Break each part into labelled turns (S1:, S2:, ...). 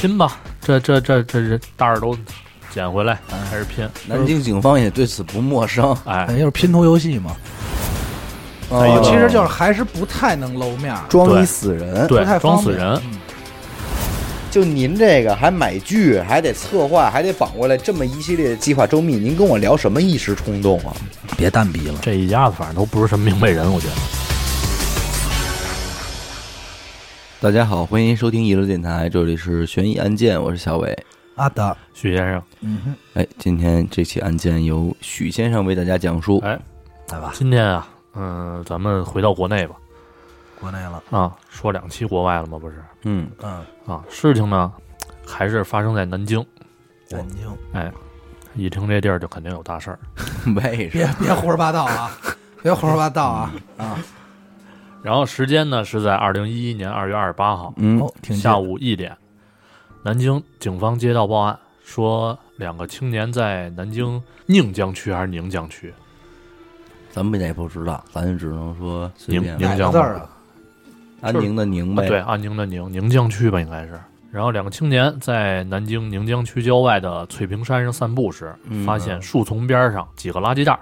S1: 拼吧，这这这这这袋儿都捡回来，咱开始拼。
S2: 南京警方也对此不陌生。
S1: 哎，
S3: 就是拼图游戏嘛，
S1: 哎呦
S2: 哦
S3: 其实就是还是不太能露面儿，
S2: 装一死人，
S3: 不太
S1: 对，装
S3: 方
S1: 死
S3: 便
S1: 人，
S3: 嗯
S2: 就您这个还买剧，还得策划，还得绑过来，这么一系列的计划周密，您跟我聊什么一时冲动啊？
S3: 别蛋逼了。
S1: 这一家子反正都不是什么明白人，我觉得。
S2: 大家好，欢迎收听娱乐电台，这里是悬疑案件，我是小伟。
S3: 阿达，
S1: 许先生，
S3: 嗯哼，
S2: 哎，今天这起案件由许先生为大家讲述。
S1: 哎，
S3: 来吧，
S1: 今天啊，嗯、咱们回到国内吧。
S3: 国内了，
S1: 啊，说两期国外了吗？不是
S2: 嗯，
S3: 嗯，
S1: 啊，事情呢还是发生在南京。
S3: 南京，
S1: 哎，一听这地儿就肯定有大事儿。
S2: 为什
S3: 别
S2: 么？
S3: 别胡说八道 啊，别胡说八道啊啊！
S1: 然后时间呢是在二零一一年二月二十八号
S2: 嗯，
S3: 哦，挺近
S1: 下午一点，南京警方接到报案，说两个青年在南京宁江区还是宁江区
S2: 咱们也不知道，咱只能说随
S1: 宁
S2: 便
S1: 宁
S3: 哪
S1: 江
S3: 个字儿啊？
S2: 安宁的宁
S1: 啊
S2: 呗。
S1: 对，安宁的宁，宁江区吧，应该是。然后两个青年在南京宁江区郊外的翠屏山上散步时，
S2: 嗯
S1: 发现树丛边上几个垃圾袋 儿。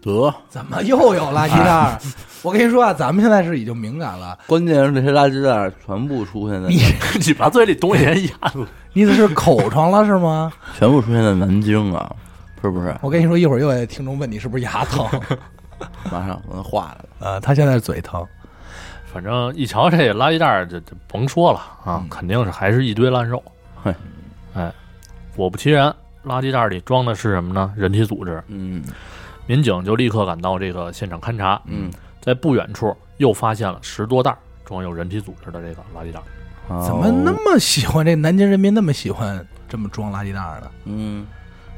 S2: 得，
S3: 怎么又有垃圾袋儿？ 我跟你说啊，咱们现在是已经敏感了。
S2: 关键是这些垃圾袋儿全部出现在，
S3: 你
S1: 你把嘴里东西咽了。
S3: 你这是口疮了是吗？
S2: 全部出现在南京啊，是不是？
S3: 我跟你说，一会儿又有听众问你是不是牙 疼，
S2: 马上我能化了。
S3: 呃，他现在是嘴疼。
S1: 反正一瞧这垃圾袋儿，就就甭说了啊，肯定是还是一堆烂肉。
S2: 嘿，
S1: 哎，果不其然，垃圾袋里装的是什么呢？人体组织。
S2: 嗯
S1: 民警就立刻赶到这个现场勘查，
S2: 嗯，
S1: 在不远处又发现了十多袋儿装有人体组织的这个垃圾袋儿。
S3: 怎么那么喜欢这南京人民那么喜欢这么装垃圾袋儿呢？
S2: 嗯，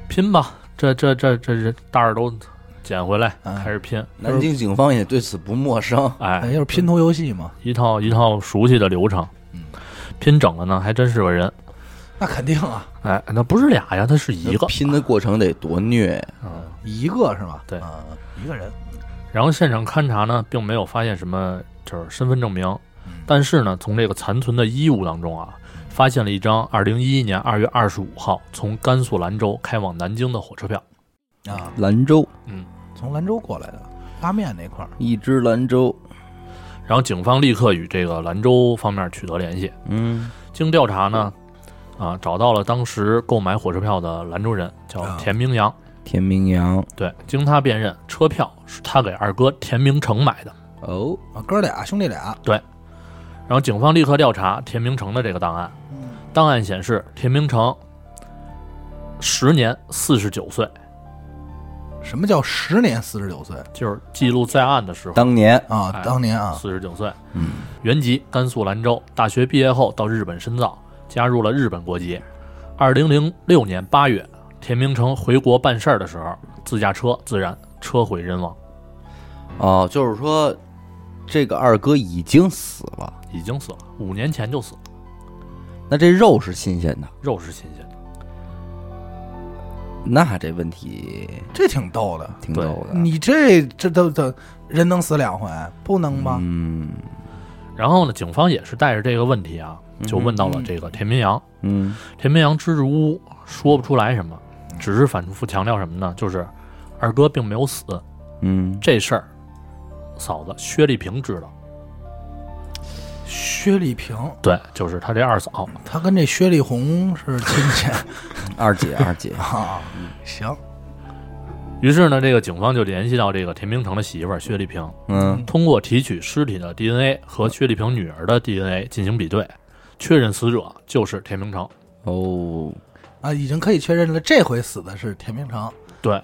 S1: 拼吧，这这这这这袋儿都捡回来，
S3: 嗯
S1: 开始拼。
S2: 南京警方也对此不陌生。
S3: 哎，
S1: 哎，
S3: 就是拼图游戏嘛，
S1: 一套一套熟悉的流程
S3: 嗯，
S1: 拼整了呢，还真是个人。
S3: 那肯定啊，
S1: 哎，那不是俩呀，它是一个。
S2: 拼的过程得多虐呀，
S1: 嗯
S3: 一个是吧？
S1: 对
S3: 啊一个人。
S1: 然后现场勘查呢，并没有发现什么就是身份证明
S3: 嗯，
S1: 但是呢，从这个残存的衣物当中啊，发现了一张二零一一年二月二十五号从甘肃兰州开往南京的火车票。
S3: 啊，
S2: 兰州
S1: 嗯，
S3: 从兰州过来的，拉面那块儿，
S2: 一只兰州，
S1: 然后警方立刻与这个兰州方面取得联系，
S2: 嗯，
S1: 经调查呢，啊，找到了当时购买火车票的兰州人，叫
S3: 啊
S1: 田明阳。
S2: 田明阳
S1: 对，经他辨认，车票是他给二哥田明成买的。
S2: 哦，
S3: 啊，哥俩兄弟俩，
S1: 然后警方立刻调查田明成的这个档案，档案显示田明成时年四十九岁，
S3: 什么叫十年四十九岁
S1: 就是记录在案的时候
S2: 当年
S3: 啊
S1: 哎？
S3: 当年啊，
S1: 四十九岁，
S2: 嗯，
S1: 原籍甘肃兰州，大学毕业后到日本深造，加入了日本国籍。二零零六年八月，田明成回国办事儿的时候，自驾车自燃，车毁人亡，
S2: 哦，就是说这个二哥已经死了，
S1: 已经死了，五年前就死了，
S2: 那这肉是新鲜的，
S1: 肉是新鲜的。
S2: 那这问题
S3: 这挺逗的。
S2: 挺逗的，
S3: 你这这都都人能死两回，不能吗？
S2: 嗯
S1: 然后呢，警方也是带着这个问题啊，就问到了
S3: 嗯
S1: 这个田明阳。
S2: 嗯
S1: 田明阳支支吾吾说不出来什么，只是反复强调什么呢？就是二哥并没有死
S2: 嗯，
S1: 这事儿，嫂子薛丽萍知道。
S3: 薛丽萍，
S1: 对，就是他这二嫂。
S3: 她跟这薛丽红是亲戚
S2: 二姐二姐
S3: 啊。行，
S1: 于是呢，这个警方就联系到这个田明成的媳妇儿薛丽萍，
S2: 嗯
S1: 通过提取尸体的 DNA 和薛丽萍女儿的 DNA 进行比对，确认死者就是田明成。
S2: 哦，
S3: 啊，已经可以确认了，这回死的是田明成。
S1: 对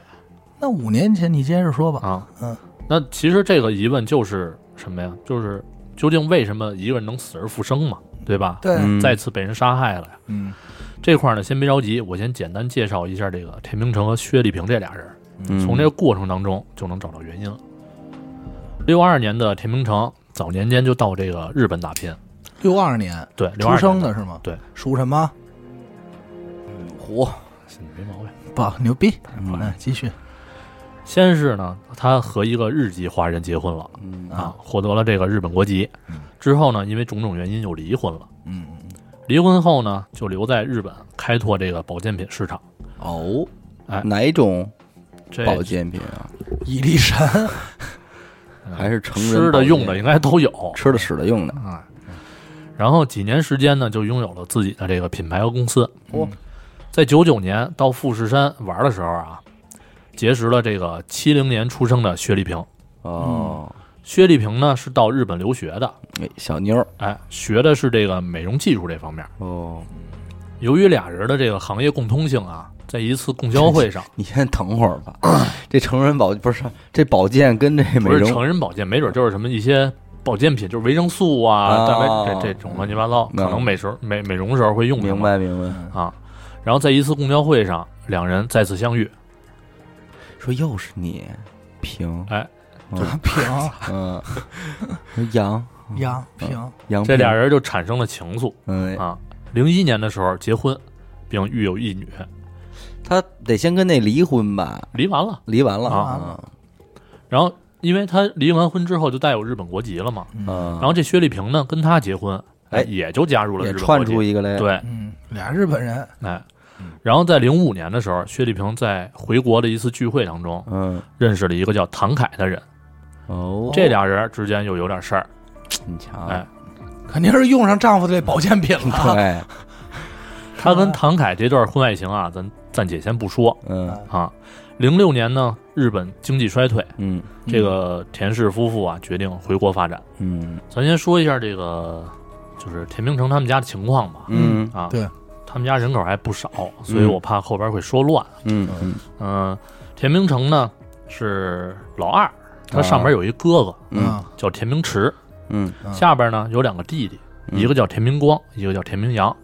S3: 那五年前，你接着说吧。
S1: 啊，
S3: 嗯，
S1: 那其实这个疑问就是什么呀？就是究竟为什么一个人能死而复生嘛，对吧？
S3: 对，
S2: 嗯
S1: 再次被人杀害了呀。
S3: 嗯
S1: 这块儿呢，先别着急，我先简单介绍一下这个田明成和薛丽萍这俩人。
S2: 嗯
S1: 从这个过程当中就能找到原因了。六二年的田明成早年间就到这个日本打拼，
S3: 六二年
S1: 对，六
S3: 出
S1: 二
S3: 生
S1: 的，
S3: 的是吗？
S1: 对，
S3: 属什么？
S2: 虎，
S1: 没毛病。
S3: 不，牛逼。
S2: 嗯
S3: 嗯，继续。
S1: 先是呢，他和一个日籍华人结婚了
S2: 嗯
S1: 啊，获得了这个日本国籍。之后呢，因为种种原因又离婚了。
S3: 嗯，
S1: 离婚后呢，就留在日本开拓这个保健品市场。
S2: 哦，
S1: 哎
S2: 哪种
S1: 这
S2: 保健品啊？
S3: 伊丽山，
S2: 还是成人
S1: 吃
S2: 保
S1: 的、
S2: 健
S1: 用的应该都有
S2: 吃的、使的、用的。
S1: 啊。然后几年时间呢，就拥有了自己的这个品牌和公司。
S2: 哦
S1: 在九九年到富士山玩的时候啊，结识了这个七零年出生的薛丽萍。
S2: 哦，
S1: 薛丽萍呢是到日本留学的，
S2: 哎，小妞儿
S1: 哎，学的是这个美容技术这方面。
S2: 哦，
S1: 由于俩人的这个行业共通性啊，在一次供销 会上，
S2: 你先等会儿吧。 这成人保不是这保健跟这美
S1: 不是
S2: 容
S1: 成人保健，没准就是什么一些保健品，就是维生素
S2: 啊
S1: 啊、蛋白这这种乱七八糟，
S2: 嗯
S1: 可能美时候美美容时候会用上
S2: 明白明白。
S1: 啊。然后在一次供销会上，两人再次相遇，
S2: 说又是你， 平
S1: 哎，
S2: 嗯
S3: 平
S2: 嗯，说杨
S1: 嗯
S3: 杨平，
S2: 杨
S1: 这俩
S2: 平
S1: 人就产生了情愫
S2: 嗯，
S1: 啊。零一年的时候结婚，并育有一女，
S2: 他得先跟那离婚吧，
S1: 离完了。
S2: 离完了
S3: 啊
S2: 啊
S1: 然后因为他离完婚之后就带有日本国籍了嘛，
S2: 嗯，
S1: 然后这薛丽萍呢跟他结婚，
S2: 哎
S1: 也就加入了
S2: 也
S1: 日本
S2: 串
S1: 国
S2: 出
S1: 籍。
S2: 一个来，
S1: 对，
S3: 嗯，俩日本人，
S1: 哎，然后在零五年的时候，薛丽萍在回国的一次聚会当中，
S2: 嗯，
S1: 认识了一个叫唐凯的人，
S2: 哦，
S1: 这俩人之间又有点事儿。
S2: 你瞧，
S1: 哎，
S3: 肯定是用上丈夫的这保健品了。
S2: 对，
S1: 他跟唐凯这段婚外情啊，咱暂且先不说
S2: 嗯
S1: 啊。零六年呢，日本经济衰退，
S2: 嗯
S1: 这个田氏夫妇啊决定回国发展。
S2: 嗯
S1: 咱先说一下这个，就是田明成他们家的情况吧。
S2: 嗯
S1: 啊，
S3: 对，
S1: 他们家人口还不少，所以
S2: 嗯
S1: 我怕后边会说乱。
S2: 嗯嗯
S1: 嗯、田明成呢是老二，他上边有一哥哥、
S2: 嗯
S3: 啊，
S1: 叫田明池，
S2: 嗯
S3: 嗯
S1: 下边呢有两个弟弟，
S2: 嗯
S1: 一个叫田明光，一个叫田明阳。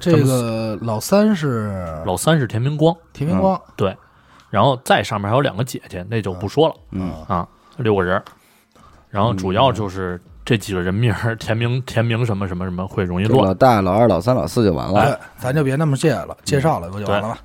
S3: 这个老三
S2: 啊
S3: 是
S1: 老三是田明光，
S3: 田明光，
S1: 对，然后再上面还有两个姐姐，那就不说了、
S2: 嗯
S1: 啊，六个人儿。然后主要就是这几个人名儿，田明、田明什么什么什么会容易
S2: 就
S1: 乱。
S2: 老大、老二、老三、老四就
S1: 嗯
S2: 完了，
S3: 对，咱就别那么介了，介绍了不就完了吗？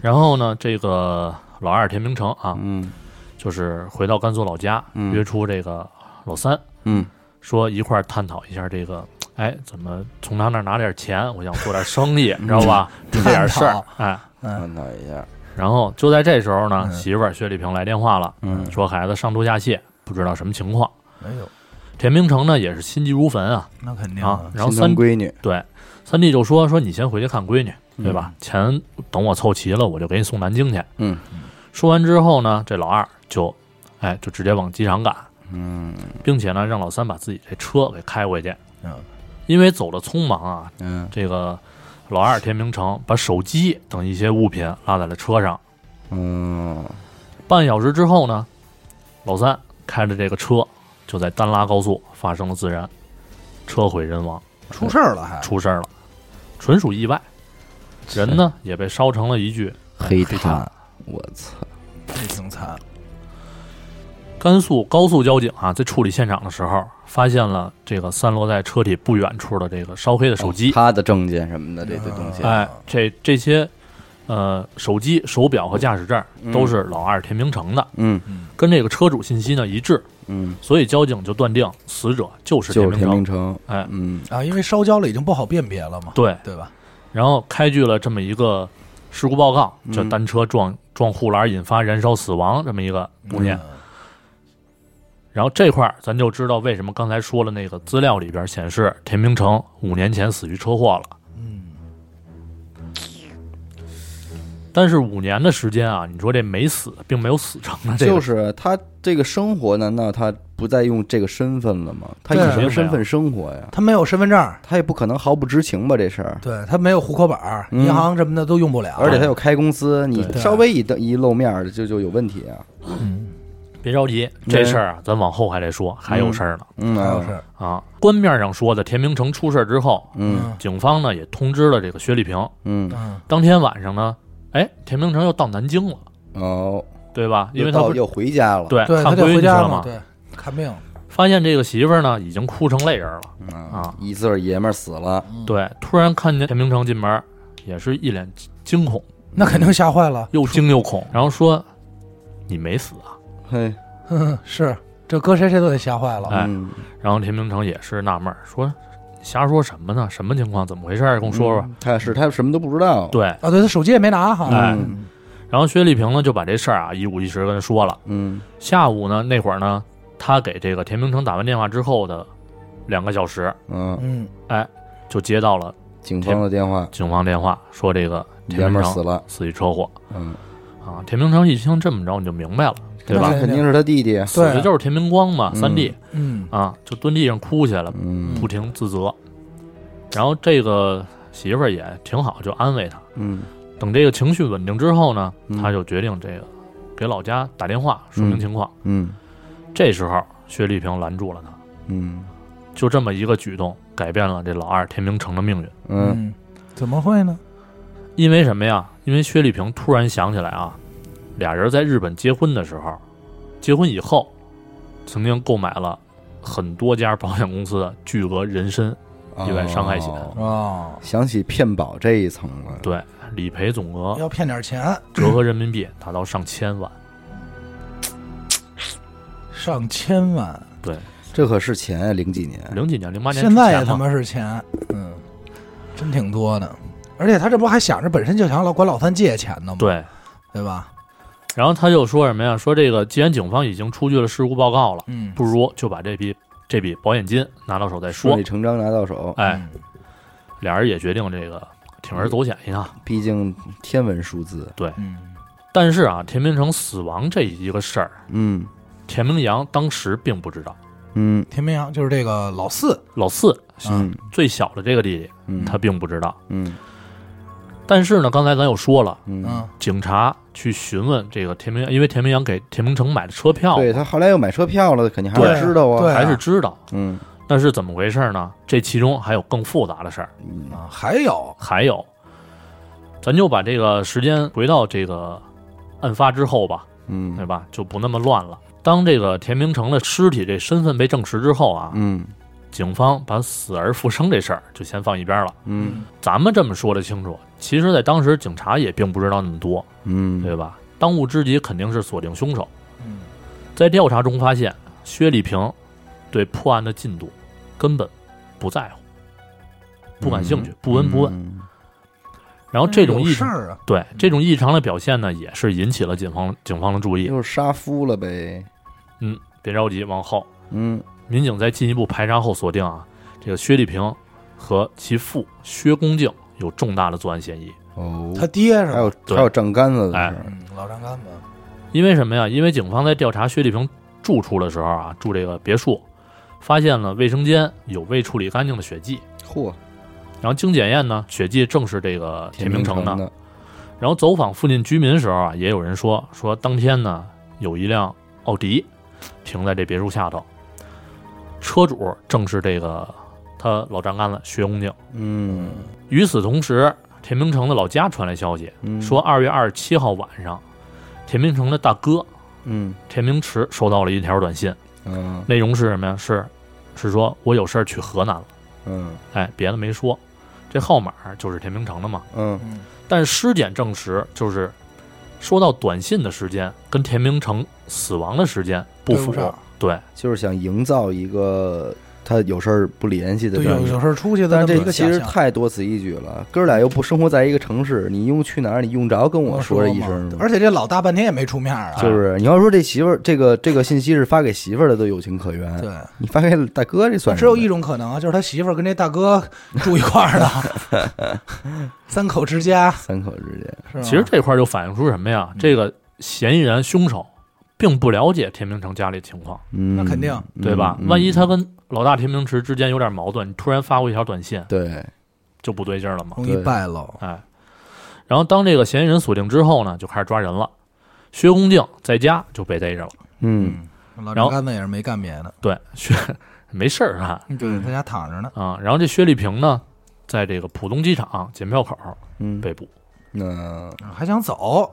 S1: 然后呢，这个老二田明成啊，
S2: 嗯
S1: 就是回到甘肃老家，
S2: 嗯
S1: 约出这个老三，
S2: 嗯
S1: 说一块儿探讨一下这个，哎，怎么从他那儿拿点钱？我想做点生 意，知道吧？就这点事
S3: 探
S1: 儿，哎。
S2: 探讨一下，
S1: 然后就在这时候呢，
S3: 嗯
S1: 媳妇儿薛丽萍来电话了，
S2: 嗯
S1: 说孩子上吐下泻，不知道什么情况。
S3: 哎呦，
S1: 田明成呢也是心急如焚啊
S3: 那肯
S2: 嗯
S3: 定
S1: 啊
S3: 啊，，
S1: 然后
S2: 亲生
S1: 三
S2: 闺女，
S1: 对三弟就说说你先回去看闺女，对吧？钱等我凑齐了，我就给你送南京去。
S2: 嗯，
S1: 说完之后呢，这老二就哎就直接往机场赶，
S2: 嗯
S1: 并且呢让老三把自己这车给开回去
S3: 嗯。
S1: 因为走的匆忙啊，
S2: 嗯
S1: 这个老二田明成把手机等一些物品落在了车上。
S2: 嗯，
S1: 半小时之后呢，老三开着这个车就在丹拉高速发生了自燃，车毁人亡，
S3: 出事儿了还
S1: 出事儿了，纯属意外。人呢也被烧成了一具
S2: 黑
S1: 炭
S2: 炭，我操，
S3: 这挺惨，
S1: 甘肃高速交警啊，在处理现场的时候，发现了这个散落在车体不远处的这个烧黑的手机。
S2: 他的证件什么的这些东西，
S1: 哎，这这些，呃，手机、手表和驾驶证都是老二田明成的，
S2: 嗯
S1: 跟这个车主信息呢一致，
S2: 嗯，
S1: 所以交警就断定死者就是田
S2: 就
S1: 明
S2: 是田
S1: 成
S2: 明。成，
S1: 哎，
S2: 嗯
S3: 啊，因为烧焦了已经不好辨别了嘛，
S1: 对，
S3: 对吧？
S1: 然后开具了这么一个事故报告，
S2: 嗯
S1: 叫单车撞撞护栏引发燃烧死亡这么一个物件。
S3: 嗯
S1: 然后这块儿咱就知道为什么刚才说了那个资料里边显示田明成五年前死于车祸了。
S3: 嗯，
S1: 但是五年的时间啊，你说这没死，并没有死成的这个，
S2: 就是他这个生活，难道他不再用这个身份了吗？他以
S3: 对
S2: 什么身份生活呀？
S3: 他没有身份证，
S2: 他也不可能毫不知情吧这事儿，
S3: 对他没有户口本儿，
S2: 嗯
S3: 银行什么的都用不了，
S2: 而且他又开公司，你
S3: 对
S2: 稍微一登一露面儿就就有问题啊。
S1: 别着急，这事儿啊，咱往后还得说，还有事儿呢、
S2: 嗯，
S3: 还有
S2: 啊
S3: 是，
S1: 啊。官面上说的田明成出事儿之后，
S2: 嗯
S1: 警方呢也通知了这个薛丽萍。
S2: 嗯
S3: 嗯，
S1: 当天晚上呢，哎，田明成又到南京了，
S2: 哦，
S1: 对吧？因为他
S2: 又
S1: 不
S2: 到
S1: 是
S2: 又回家了，
S1: 对
S3: 对
S1: 看
S3: 他得
S1: 闺
S3: 回
S1: 女去
S3: 家
S1: 了
S3: 嘛，
S1: 嘛，
S3: 对，看病，
S1: 发现这个媳妇儿呢已经哭成泪人了。
S2: 啊
S1: 啊，
S2: 一字儿爷们儿死了，
S1: 对，突然看见田明成进门，也是一脸惊恐，
S3: 那肯定吓坏了，
S1: 又惊又
S2: 嗯
S1: 恐，然后说：“你没死啊
S2: 嘿，
S3: 哼哼，是这搁谁谁都得吓坏了，
S1: 哎
S2: 嗯，？”
S1: 然后田明成也是纳闷儿，说：“瞎说什么呢？什么情况？怎么回事儿？跟我说说。
S2: 嗯他是他什么都不知道，
S1: 对，
S3: 啊，对他手机也没拿哈，
S1: 哎
S2: 嗯
S1: 然后薛丽萍呢就把这事儿啊一五一十跟他说了。
S2: 嗯
S1: 下午呢那会儿呢，他给这个田明成打完电话之后的两个小时，
S2: 嗯，
S3: 嗯，
S1: 就接到了
S2: 警方的电话，
S1: 警方电话，说这个
S2: 爷
S1: 田明
S2: 们儿死
S1: 成
S2: 了，
S1: 死于车祸
S2: 嗯，
S1: 啊。田明成一听这么着，你就明白了，对吧
S2: 那？肯定是他弟弟，啊
S1: 死的就是田明光嘛，
S2: 嗯
S1: 三弟
S3: 嗯，
S1: 啊，就蹲地上哭起来了，
S2: 嗯
S1: 不停自责。然后这个媳妇儿也挺好，就安慰他。
S2: 嗯
S1: 等这个情绪稳定之后呢，
S2: 嗯
S1: 他就决定这个给老家打电话说明情况。
S2: 嗯
S1: 这时候薛丽萍拦住了他，
S2: 嗯
S1: 就这么一个举动改变了这老二田明成的命运。
S2: 嗯，
S3: 怎么会呢？
S1: 因为什么呀？因为薛丽萍突然想起来啊，俩人在日本结婚的时候，结婚以后曾经购买了很多家保险公司的巨额人身意外伤害险
S2: 哦
S3: 哦，
S2: 想起骗保这一层了，
S1: 对理赔总额
S3: 要骗点钱，
S1: 折合人民币达到上千万。
S3: 上千万，
S1: 对，
S2: 这可是前啊零几年，
S1: 零几年、零八年
S3: 哎现在也
S1: 之前嘛
S3: 他妈是钱，嗯，真挺多的。而且他这不还想着本身就想老管老三借钱呢吗？
S1: 对。
S3: 对吧？
S1: 然后他就说什么呀？说这个既然警方已经出具了事故报告了，
S3: 嗯，
S1: 不如就把这笔这笔保险金拿到手再
S2: 顺
S1: 说
S2: 理。成章拿到手，
S3: 嗯
S1: 哎，俩人也决定这个铤而走险一趟。
S2: 毕竟天文数字，
S3: 嗯，
S1: 但是啊，田明成死亡这一个事儿，
S2: 嗯
S1: 田明阳当时并不知道。
S2: 嗯
S3: 田明阳就是这个老四，
S1: 老四
S2: 嗯
S1: 最小的这个弟弟，
S2: 嗯，
S1: 啊他并不知道。
S2: 嗯
S1: 但是呢，刚才咱又说了，
S2: 嗯，
S3: 嗯，
S1: 警察去询问这个田明，因为田明阳给田明成买的车票，
S2: 对他后来又买车票了，肯定还
S3: 对
S2: 是知道啊，
S3: 对啊
S1: 还是知道。
S2: 嗯
S1: 但是怎么回事呢？这其中还有更复杂的事儿。
S2: 嗯
S3: 啊，还有，
S1: 还有，咱就把这个时间回到这个案发之后吧，对
S2: 嗯
S1: 吧？就不那么乱了。当这个田明成的尸体这身份被证实之后啊，
S2: 嗯
S1: 警方把死而复生这事儿就先放一边了。
S2: 嗯
S1: 咱们这么说的清楚，其实，在当时警察也并不知道那么多，
S2: 嗯
S1: 对吧？当务之急肯定是锁定凶手。
S3: 嗯，
S1: 在调查中发现，薛丽萍对破案的进度根本不在乎，不感
S3: 嗯
S1: 兴趣，不闻不问。
S2: 问，
S1: 然后这种
S3: 有
S1: 异
S3: 事
S1: 常，
S3: 儿啊，
S1: 对这种异常的表现呢，也是引起了警方警方的注意。
S3: 嗯
S2: 就是杀夫了呗，
S1: 嗯，别着急，往后
S2: 嗯
S1: 民警在进一步排查后锁定啊，这个薛丽萍和其父薛公敬有重大的作案嫌疑。
S2: 哦，
S3: 他爹是
S2: 还有
S3: 吧？
S2: 还有账杆子的
S1: 哎
S2: 事儿，
S3: 嗯，老丈干吧，
S1: 因为什么呀？因为警方在调查薛丽萍住处的时候啊，住这个别墅，发现了卫生间有未处理干净的血迹，
S2: 嚯，
S1: 然后经检验呢，血迹正是这个田明成的。
S2: 的，
S1: 然后走访附近居民的时候啊，也有人说说当天呢有一辆奥迪停在这别墅下头，车主正是这个他老丈杆子薛公敬。
S2: 嗯
S1: 与此同时，田明成的老家传来消息，
S2: 嗯，
S1: 说二月二十七号晚上，田明成的大哥
S2: 嗯
S1: 田明池收到了一条短信，
S2: 嗯
S1: 内容是什么呀？是是说我有事儿去河南了，
S2: 嗯
S1: 哎，别的没说。这号码就是田明成的嘛。
S2: 嗯
S3: 嗯，
S1: 但是尸检证实，就是收到短信的时间跟田明成死亡的时间不
S3: 对
S1: 符。
S3: 上，
S1: 对，
S2: 就是想营造一个他有事儿不联系的
S3: 对，
S2: 感
S3: 有
S2: 觉。
S3: 有事儿出去的
S2: 但是
S3: 那么
S2: 这
S3: 一个
S2: 其
S3: 假
S2: 实
S3: 象，
S2: 太多此一举了，哥俩又不生活在一个城市，你用去哪儿？你用着跟我说这一声吗？
S3: 而且这老大半天也没出面
S1: 哎
S3: 儿啊，
S2: 就是你要说这媳妇儿，这个这个信息是发给媳妇儿的，都有情可原。
S3: 对。
S2: 你发给大哥这
S3: 那
S2: 算
S3: 只有一种可能啊，就是他媳妇儿跟这大哥住一块儿的， 三口之家
S2: 三口之间，
S3: 是吧？
S1: 其实这块儿就反映出什么呀？这个嫌疑人凶手并不了解田明成家里情况，
S2: 嗯，
S3: 那肯定
S2: 嗯
S1: 对吧？
S2: 嗯
S1: 万一他跟老大田明池之间有点矛盾，你突然发过一条短信，
S2: 嗯对，
S1: 就不对劲儿了嘛。
S3: 容易
S2: 对
S3: 败露，
S1: 哎，然后当这个嫌疑人锁定之后呢，就开始逮人了。薛公敬在家就被逮着了，
S2: 嗯，
S3: 老
S1: 然后
S3: 丈杆子也是没干别的，
S1: 对，薛没事儿干
S2: 嗯
S3: 对，在家躺着呢。
S1: 啊。然后这薛丽萍呢，在这个浦东机场检票口
S2: 嗯，
S1: 被捕，
S2: 那
S3: 还想走，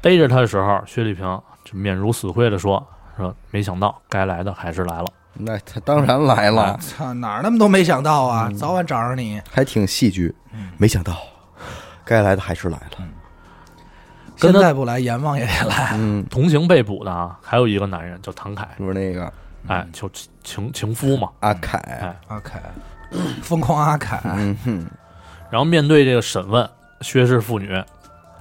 S1: 逮着他的时候，薛丽萍就面如死灰的说：“说没想到该来的还是来了。
S2: 那他当然来了，
S3: 啊
S2: 嗯
S3: 操，哪儿那么多没想到啊！早晚找着你，
S2: 还挺戏剧，
S3: 嗯
S2: 没想到该来的还是来了，
S1: 跟
S3: 现
S1: 他
S3: 在不来，阎王也得来。
S2: 嗯，”
S1: 同行被捕的啊，还有一个男人叫唐凯，
S2: 就是那个
S1: 哎，就情情夫嘛。
S2: 阿凯，
S1: 哎
S3: 阿凯，疯狂阿凯，
S2: 嗯哼，
S3: 啊
S1: 然后面对这个审问，薛氏妇女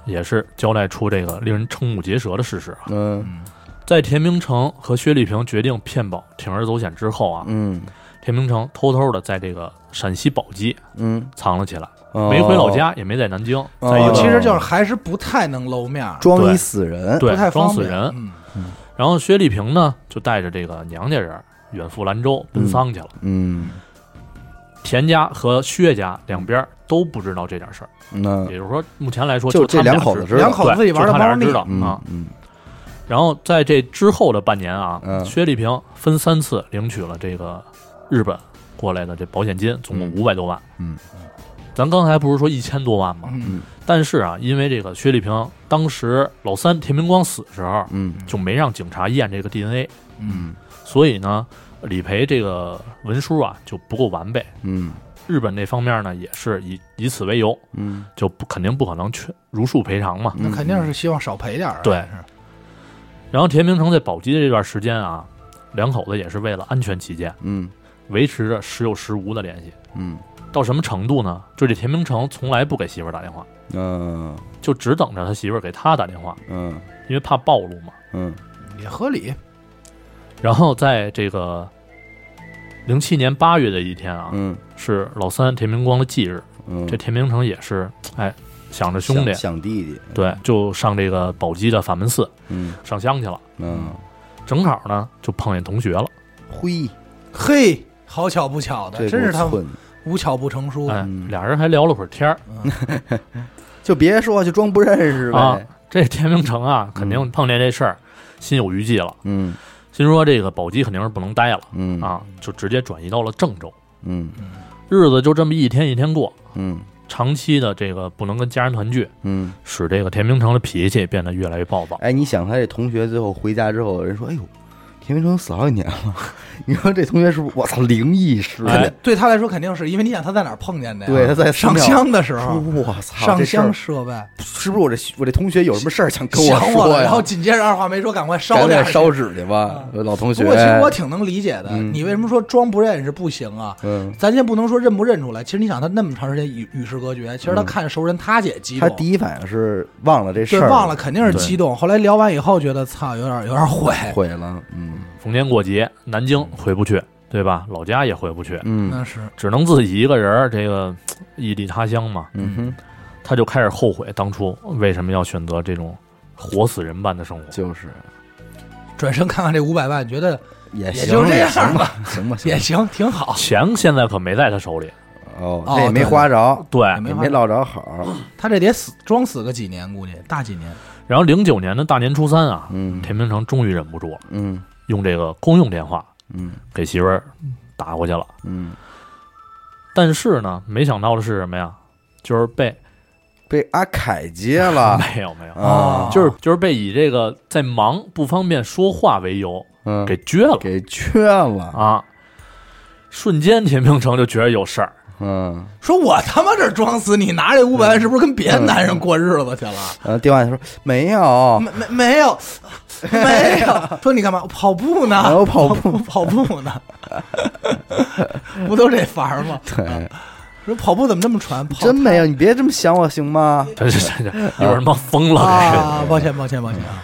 S1: 也是交代出这个令人瞠目结舌的事实啊。
S2: 嗯
S1: 在田明成和薛丽萍决定骗保铤而走险之后啊，
S2: 嗯
S1: 田明成偷偷的在这个陕西宝鸡
S2: 嗯，
S1: 藏了起来，
S2: 哦
S1: 没回老，家，也没在南京，
S2: 哦
S1: 在一
S3: 哦
S1: 个
S3: 其实就是还是不太能露面儿，
S2: 装一死人，
S1: 对
S3: 不太
S1: 装
S3: 方
S1: 死
S3: 便
S1: 人。
S3: 嗯
S1: 然后薛丽萍呢，就带着这个娘家人远赴兰州奔丧去了。
S2: 嗯，
S1: 田家和薛家两边都不知道这点事儿，
S2: 那
S1: 也就是说，目前来说
S2: 嗯
S1: 他
S2: 就这
S1: 们俩
S2: 两口子
S1: 知
S2: 知道，
S3: 两口子自己玩的
S1: 对就他
S3: 猫
S1: 俩
S3: 腻
S1: 知道
S2: 嗯
S1: 啊。
S2: 嗯
S1: 然后在这之后的半年啊，
S2: 嗯
S1: 薛丽萍分三次领取了这个日本过来的这保险金，总共五百多万。
S2: 嗯，
S1: 咱刚才不是说一千多万吗？
S3: 嗯
S1: 但是啊，因为这个薛丽萍当时老三田明光死时候
S2: 嗯
S1: 就没让警察验这个 DNA，
S3: 嗯，
S1: 所以呢，理赔这个文书啊就不够完备。
S2: 嗯
S1: 日本这方面呢，也是以以此为由，
S2: 嗯
S1: 就不肯定不可能全如数赔偿嘛。
S3: 那肯定是希望少赔点儿啊，
S1: 对
S3: 是
S1: 然后田明成在宝鸡的这段时间啊，两口子也是为了安全起见，
S2: 嗯
S1: 维持着时有时无的联系。
S2: 嗯
S1: 到什么程度呢？就这田明成从来不给媳妇儿打电话，
S2: 嗯
S1: 就只等着他媳妇儿给他打电话，
S2: 嗯
S1: 因为怕暴露嘛。
S2: 嗯
S3: 也合理，
S1: 然后在这个零七年八月的一天啊，
S2: 嗯
S1: 是老三田明光的忌日，
S2: 嗯，
S1: 这田明成也是哎想着兄弟，
S2: 想弟弟，
S1: 对，就上这个宝鸡的法门寺
S2: 嗯
S1: 上香去了。
S2: 嗯，
S1: 正好呢，就碰见同学了。
S2: 灰，
S3: 嘿，好巧不巧的，真是他
S2: 混，
S3: 无巧不成书，
S1: 哎
S2: 嗯，
S1: 俩人还聊了会儿天儿
S2: 就别说就装不认识
S1: 啊
S2: 呗，。
S1: 这田明成啊，肯定碰见这事儿，心有余悸了，
S2: 嗯
S1: 心说这个宝鸡肯定是不能待了
S2: 嗯
S1: 啊，就直接转移到了郑州。
S2: 嗯
S1: 日子就这么一天一天过，
S2: 嗯
S1: 长期的这个不能跟家人团聚，
S2: 嗯。
S1: 使这个田明成的脾气变得越来越暴躁。
S2: 哎，你想他这同学最后回家之后，人说：“哎呦，田明成死好几年了。” 你说这同学是不是？我操，灵异事
S1: 哎
S2: 件！
S3: 对他来说肯定是因为你想他在哪儿碰见的呀？
S2: 对，他在寺
S3: 上
S2: 庙
S3: 香的时
S2: 说
S3: 候，
S2: 我操，
S3: 上
S2: 这事儿
S3: 香设拜，
S2: 是不是我这我这同学有什么事儿想跟
S3: 想我
S2: 说
S3: 了，
S2: 呀？
S3: 然后紧接着二话没说，赶快烧
S2: 赶
S3: 点
S2: 紧
S3: 儿去啊
S2: 烧纸去吧，老同学
S3: 不。过其实我挺能理解的，
S2: 嗯
S3: 你为什么说装不认识不行啊？
S2: 嗯，
S3: 咱先不能说认不认出来，其实你想他那么长时间与与世隔绝，其实他看熟人他姐
S2: 嗯
S3: 激
S2: 他
S3: 动，
S2: 第一反应是忘了这事
S3: 对
S2: 儿，
S3: 忘了肯定是激动。后来聊完以后觉得操，有点 有点悔，
S2: 毁了。嗯
S1: 逢年过节，南京回不去，对吧？老家也回不去，
S2: 嗯
S3: 那是
S1: 只能自己一个人儿，这个异地他乡嘛。
S2: 嗯哼，
S1: 他就开始后悔当初为什么要选择这种活死人般的生活。
S2: 就是
S3: 转身看看这五百万，觉得
S2: 也
S3: 也
S2: 行，
S3: 就这
S2: 也
S3: 样
S2: 行
S3: 吧
S2: 吧，行吧，行
S3: 也
S2: 吧。
S3: 行，挺好。
S1: 钱现在可没在他手里，
S2: 哦，
S3: 哦
S2: 这也没
S3: 对
S2: 花着，
S1: 对。
S3: 也没
S2: 也
S3: 花
S2: 没落着好。
S3: 他这得死装死个几年，估计大几年。
S1: 然后零九年的大年初三啊，
S2: 嗯
S1: 田明成终于忍不住了，
S2: 嗯
S1: 用这个公用电话
S2: 嗯
S1: 给媳妇儿打过去了。
S2: 嗯，
S1: 但是呢，没想到的是什么呀？就是被
S2: 被阿凯接 了
S1: 没有没有，
S2: 啊
S3: 哦，
S1: 就是就是被以这个在忙不方便说话为由
S2: 嗯
S1: 给撅了
S2: 给劝了。
S1: 啊！瞬间，田明成就觉得有事儿，
S2: 嗯，
S3: 说我他妈这装死，你拿这五百万是不是跟别的男人过日子去了？
S2: 呃，电话里说没有，
S3: 没没没 有，没有。说你干嘛？跑步呢？
S2: 我哎跑步
S3: 步跑步呢？ 不都这法儿吗？啊
S2: 对，
S3: 说跑步怎么这么传？跑
S2: 真没有，你别这么想我行吗？
S1: 这这这这一会儿他妈疯了，这是。
S3: 啊！抱歉，抱歉，抱歉
S2: 嗯
S3: 啊！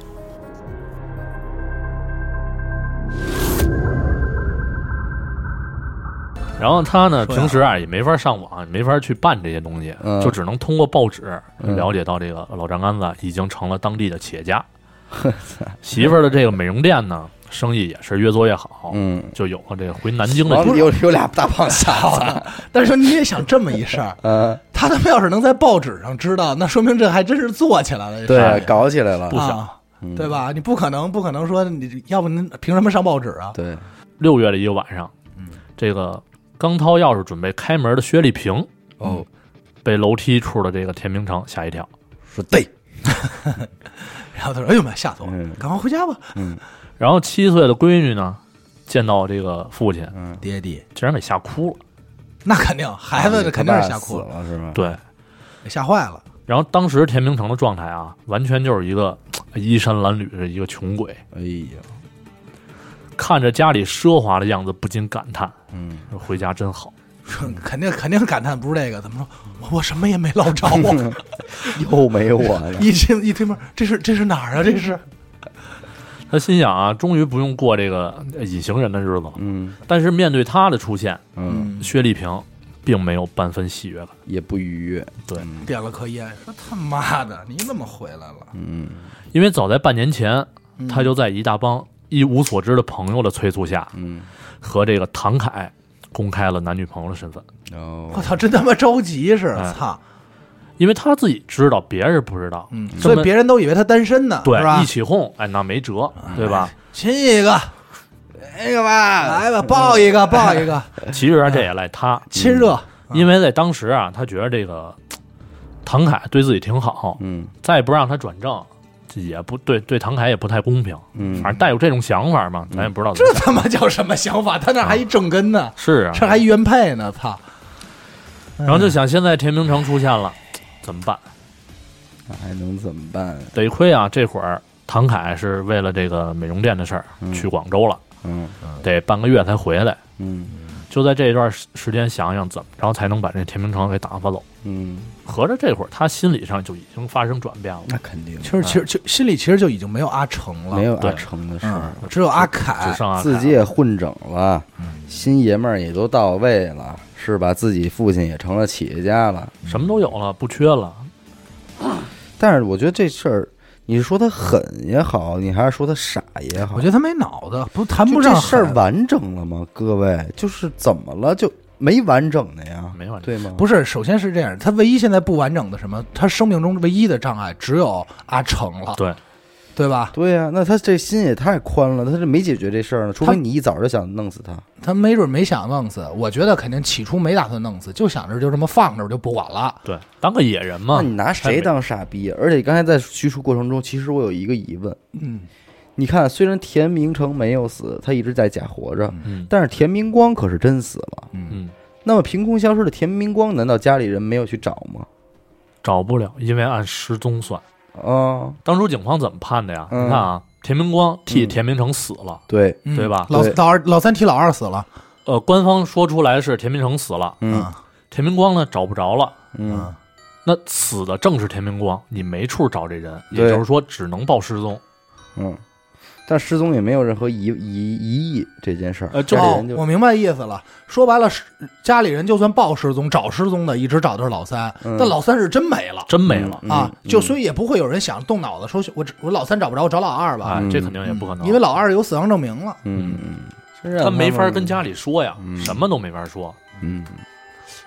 S1: 然后他呢，
S3: 说呀
S1: 平时啊也没法上网，也没法去办这些东西，
S2: 嗯
S1: 就只能通过报纸
S3: 嗯
S1: 了解到这个老丈杆子已经成了当地的企业 家。媳妇儿的这个美容店呢，生意也是越做越好，
S2: 嗯，
S1: 就有了这个回南京的
S2: 然后
S1: 机
S2: 有有俩大胖 小子，
S3: 但是说你也想这么一事儿，
S2: 呃，
S3: 他他妈要是能在报纸上知道，那说明这还真是做起来了。这事儿
S2: 对，搞起来了
S1: 不，小
S3: 啊对吧？你不可能，不可能说你，要不您凭什么上报纸啊？
S2: 对，
S1: 六月的一个晚上，
S3: 嗯，
S1: 这个刚掏钥匙准备开门的薛丽萍
S3: 哦，
S1: 被楼梯处的这个田明成吓一跳，
S2: 说对，
S3: 然后他说：“哎呦妈，吓死我了
S2: 嗯！
S3: 赶快回家吧，
S1: 然后七岁的闺女呢，见到这个父亲，
S2: 嗯
S3: 爹地。
S1: 竟然给吓哭了。”
S3: 那肯定，孩子这哎肯定是吓哭
S2: 了，
S3: 了，
S2: 了 是吗？
S1: 对，
S3: 吓坏了。
S1: 然后当时田明成的状态啊，完全就是一个嘖衣衫褴褛的一个穷鬼，
S2: 哎呀，
S1: 看着家里奢华的样子，不禁感叹
S2: 嗯，：“
S1: 回家真好。
S3: 说肯定肯定感叹不是这个，怎么说？我我什么也没捞着啊！
S2: 又没有我了，
S3: 一进一推门，这是这是哪儿啊？这是”
S1: 他心想啊，终于不用过这个呃隐形人的日子了。
S2: 嗯
S1: 但是面对他的出现，
S2: 嗯，
S1: 薛丽萍并没有半分喜悦感。
S2: 也不愉悦，
S1: 对，
S3: 点了颗烟，说他妈的，你怎么回来了？
S2: 嗯
S1: 因为早在半年前，
S3: 嗯
S1: 他就在一大帮一无所知的朋友的催促下，
S2: 嗯，
S1: 和这个唐凯公开了男女朋友的身份。
S3: 我
S2: 哦，
S3: 操，真他妈着急是，
S1: 哎
S3: 操，
S1: 因为他自己知道，别人不知道，
S3: 嗯，
S1: 这
S3: 所
S1: 么
S3: 以别人都以为他单身呢，
S1: 对
S3: 是吧
S1: 一？起哄，哎，那没辙，对吧？
S3: 亲一个，
S2: 那个吧，
S3: 来吧，抱一个，抱一个，
S1: 其实啊，这也赖他，
S3: 亲热，
S1: 因为在当时啊，他觉得这个嘖唐凯对自己挺好，
S2: 嗯
S1: 再不让他转正，这也不对，对唐凯也不太公平。
S2: 嗯
S1: 反，正带有这种想法嘛，咱也不知道怎
S3: 这
S1: 么想。
S3: 他妈叫什么想法？他那还一正根呢，
S1: 是啊，
S3: 这还一原配呢，操！
S1: 然后就想现在田明成出现了，嘖怎么办？
S2: 那还能怎么办啊？
S1: 得亏啊，这会儿唐凯是为了这个美容店的事儿去广州了，呃
S2: 嗯
S1: 得半个月才回来。
S2: 嗯
S1: 就在这一段时时间，想想怎么着才能把这田明成给打发走。
S2: 嗯，
S1: 合着这会儿他心理上就已经发生转变了，
S2: 那肯定
S3: 其实其实其实心里其实就已经没有阿成了，
S2: 没有啊
S1: 对
S2: 阿成的事
S3: 嗯
S2: 儿，，
S3: 只有阿
S1: 只
S3: 凯。
S1: 剩阿
S2: 哎自己
S1: 凯。
S2: 也混整了，
S3: 嗯
S2: 新爷们儿也都到位了，是吧？自己父亲也成了企业家了，
S1: 什么都有了，不缺了。
S2: 但是我觉得这事儿，你是说他狠也好，你还是说他傻也好，
S3: 我觉得他没脑子，不谈
S2: 就
S3: 不
S2: 这
S3: 上
S2: 事儿
S3: 狠
S2: 完整了吗？各位，就是怎么了？就没完整的呀，
S1: 没完整
S2: 对吗？
S3: 不是，首先是这样，他唯一现在不完整的什么，他生命中唯一的障碍只有阿成
S2: 啊
S3: 了，
S1: 对，
S3: 对吧？
S2: 对呀、那他这心也太宽了，他这没解决这事儿呢，除非你一早就想弄死他。
S3: 他没准没想弄死，我觉得肯定起初没打算弄死，就想着就这么放着，我就不管了。
S1: 对，当个野人嘛。
S2: 那你拿谁当傻逼啊？而且刚才在叙述过程中，其实我有一个疑问，
S3: 嗯，
S2: 你看，虽然田明成没有死，他一直在假活着，
S1: 嗯
S2: 但是田明光可是真死了。
S1: 嗯，
S2: 那么凭空消失的田明光，难道家里人没有去找吗？
S1: 找不了，因为按失踪算。
S2: 啊，
S1: 当初警方怎么判的呀？
S2: 嗯
S1: 你看啊，田明光替
S2: 嗯
S1: 田明成死了，
S2: 对，
S3: 嗯
S1: 对吧
S3: 老
S2: 对
S3: 老二老三提老二死了，
S1: 呃，官方说出来是田明成死了，
S2: 嗯
S3: 啊
S1: 田明光呢找不着了。
S2: 嗯，
S1: 那死的正是田明光，你没处找这人，也
S2: 对
S1: 就是说只能报失踪。
S2: 嗯，但失踪也没有任何疑疑疑义这件事儿，
S1: 呃这
S2: 家里
S3: 哦
S2: 人，就
S3: 我明白意思了。说白了，是家里人就算报失踪、找失踪的，一直找的是老三，
S2: 嗯
S3: 但老三是真没了
S1: 真没了
S2: 嗯
S3: 啊，就所以也不会有人想动脑子说，我只我老三找不着，我找老二吧，
S1: 哎，
S2: 嗯
S1: 这肯定也不可能，
S3: 因为老二有死亡证明了。
S2: 嗯，嗯真让
S1: 他没法
S2: 们
S1: 跟家里说呀，什么都没法说。
S2: 嗯，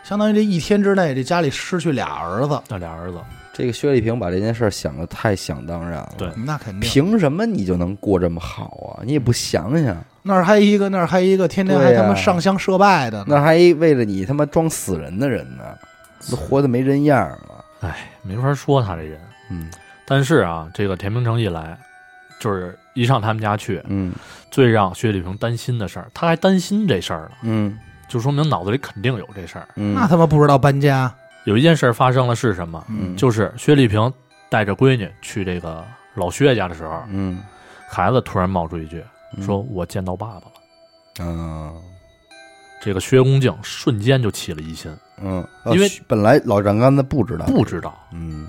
S3: 相当于这一天之内，这家里失去俩儿子，
S1: 那俩儿子，
S2: 这个薛丽萍把这件事儿想的太想当然了，
S1: 对
S3: 那肯定。
S2: 凭什么你就能过这么好啊？你也不想想，
S3: 那儿还一个，那儿还一个，天天还
S2: 对呀
S3: 他妈上香设拜的呢。
S2: 那还为了你他妈装死人的人呢，都活得没人样儿啊了。
S1: 哎，没法说他这人。
S2: 嗯
S1: 但是啊，这个田明成一来，就是一上他们家去，
S2: 嗯
S1: 最让薛丽萍担心的事儿，他还担心这事儿呢，
S2: 嗯
S1: 就说明脑子里肯定有这事儿。
S2: 嗯，
S3: 那他妈不知道搬家，
S1: 有一件事儿发生了是什么？
S2: 嗯
S1: 就是薛丽萍带着闺女去这个老薛家的时候，
S2: 嗯
S1: 孩子突然冒出一句
S2: 嗯
S1: 说：“我见到爸爸了。
S2: 啊”
S1: 这个薛公敬瞬间就起了疑心，
S2: 嗯，啊
S1: 因为
S2: 嘘本来老张刚才不知道，
S1: 不知道，
S2: 嗯，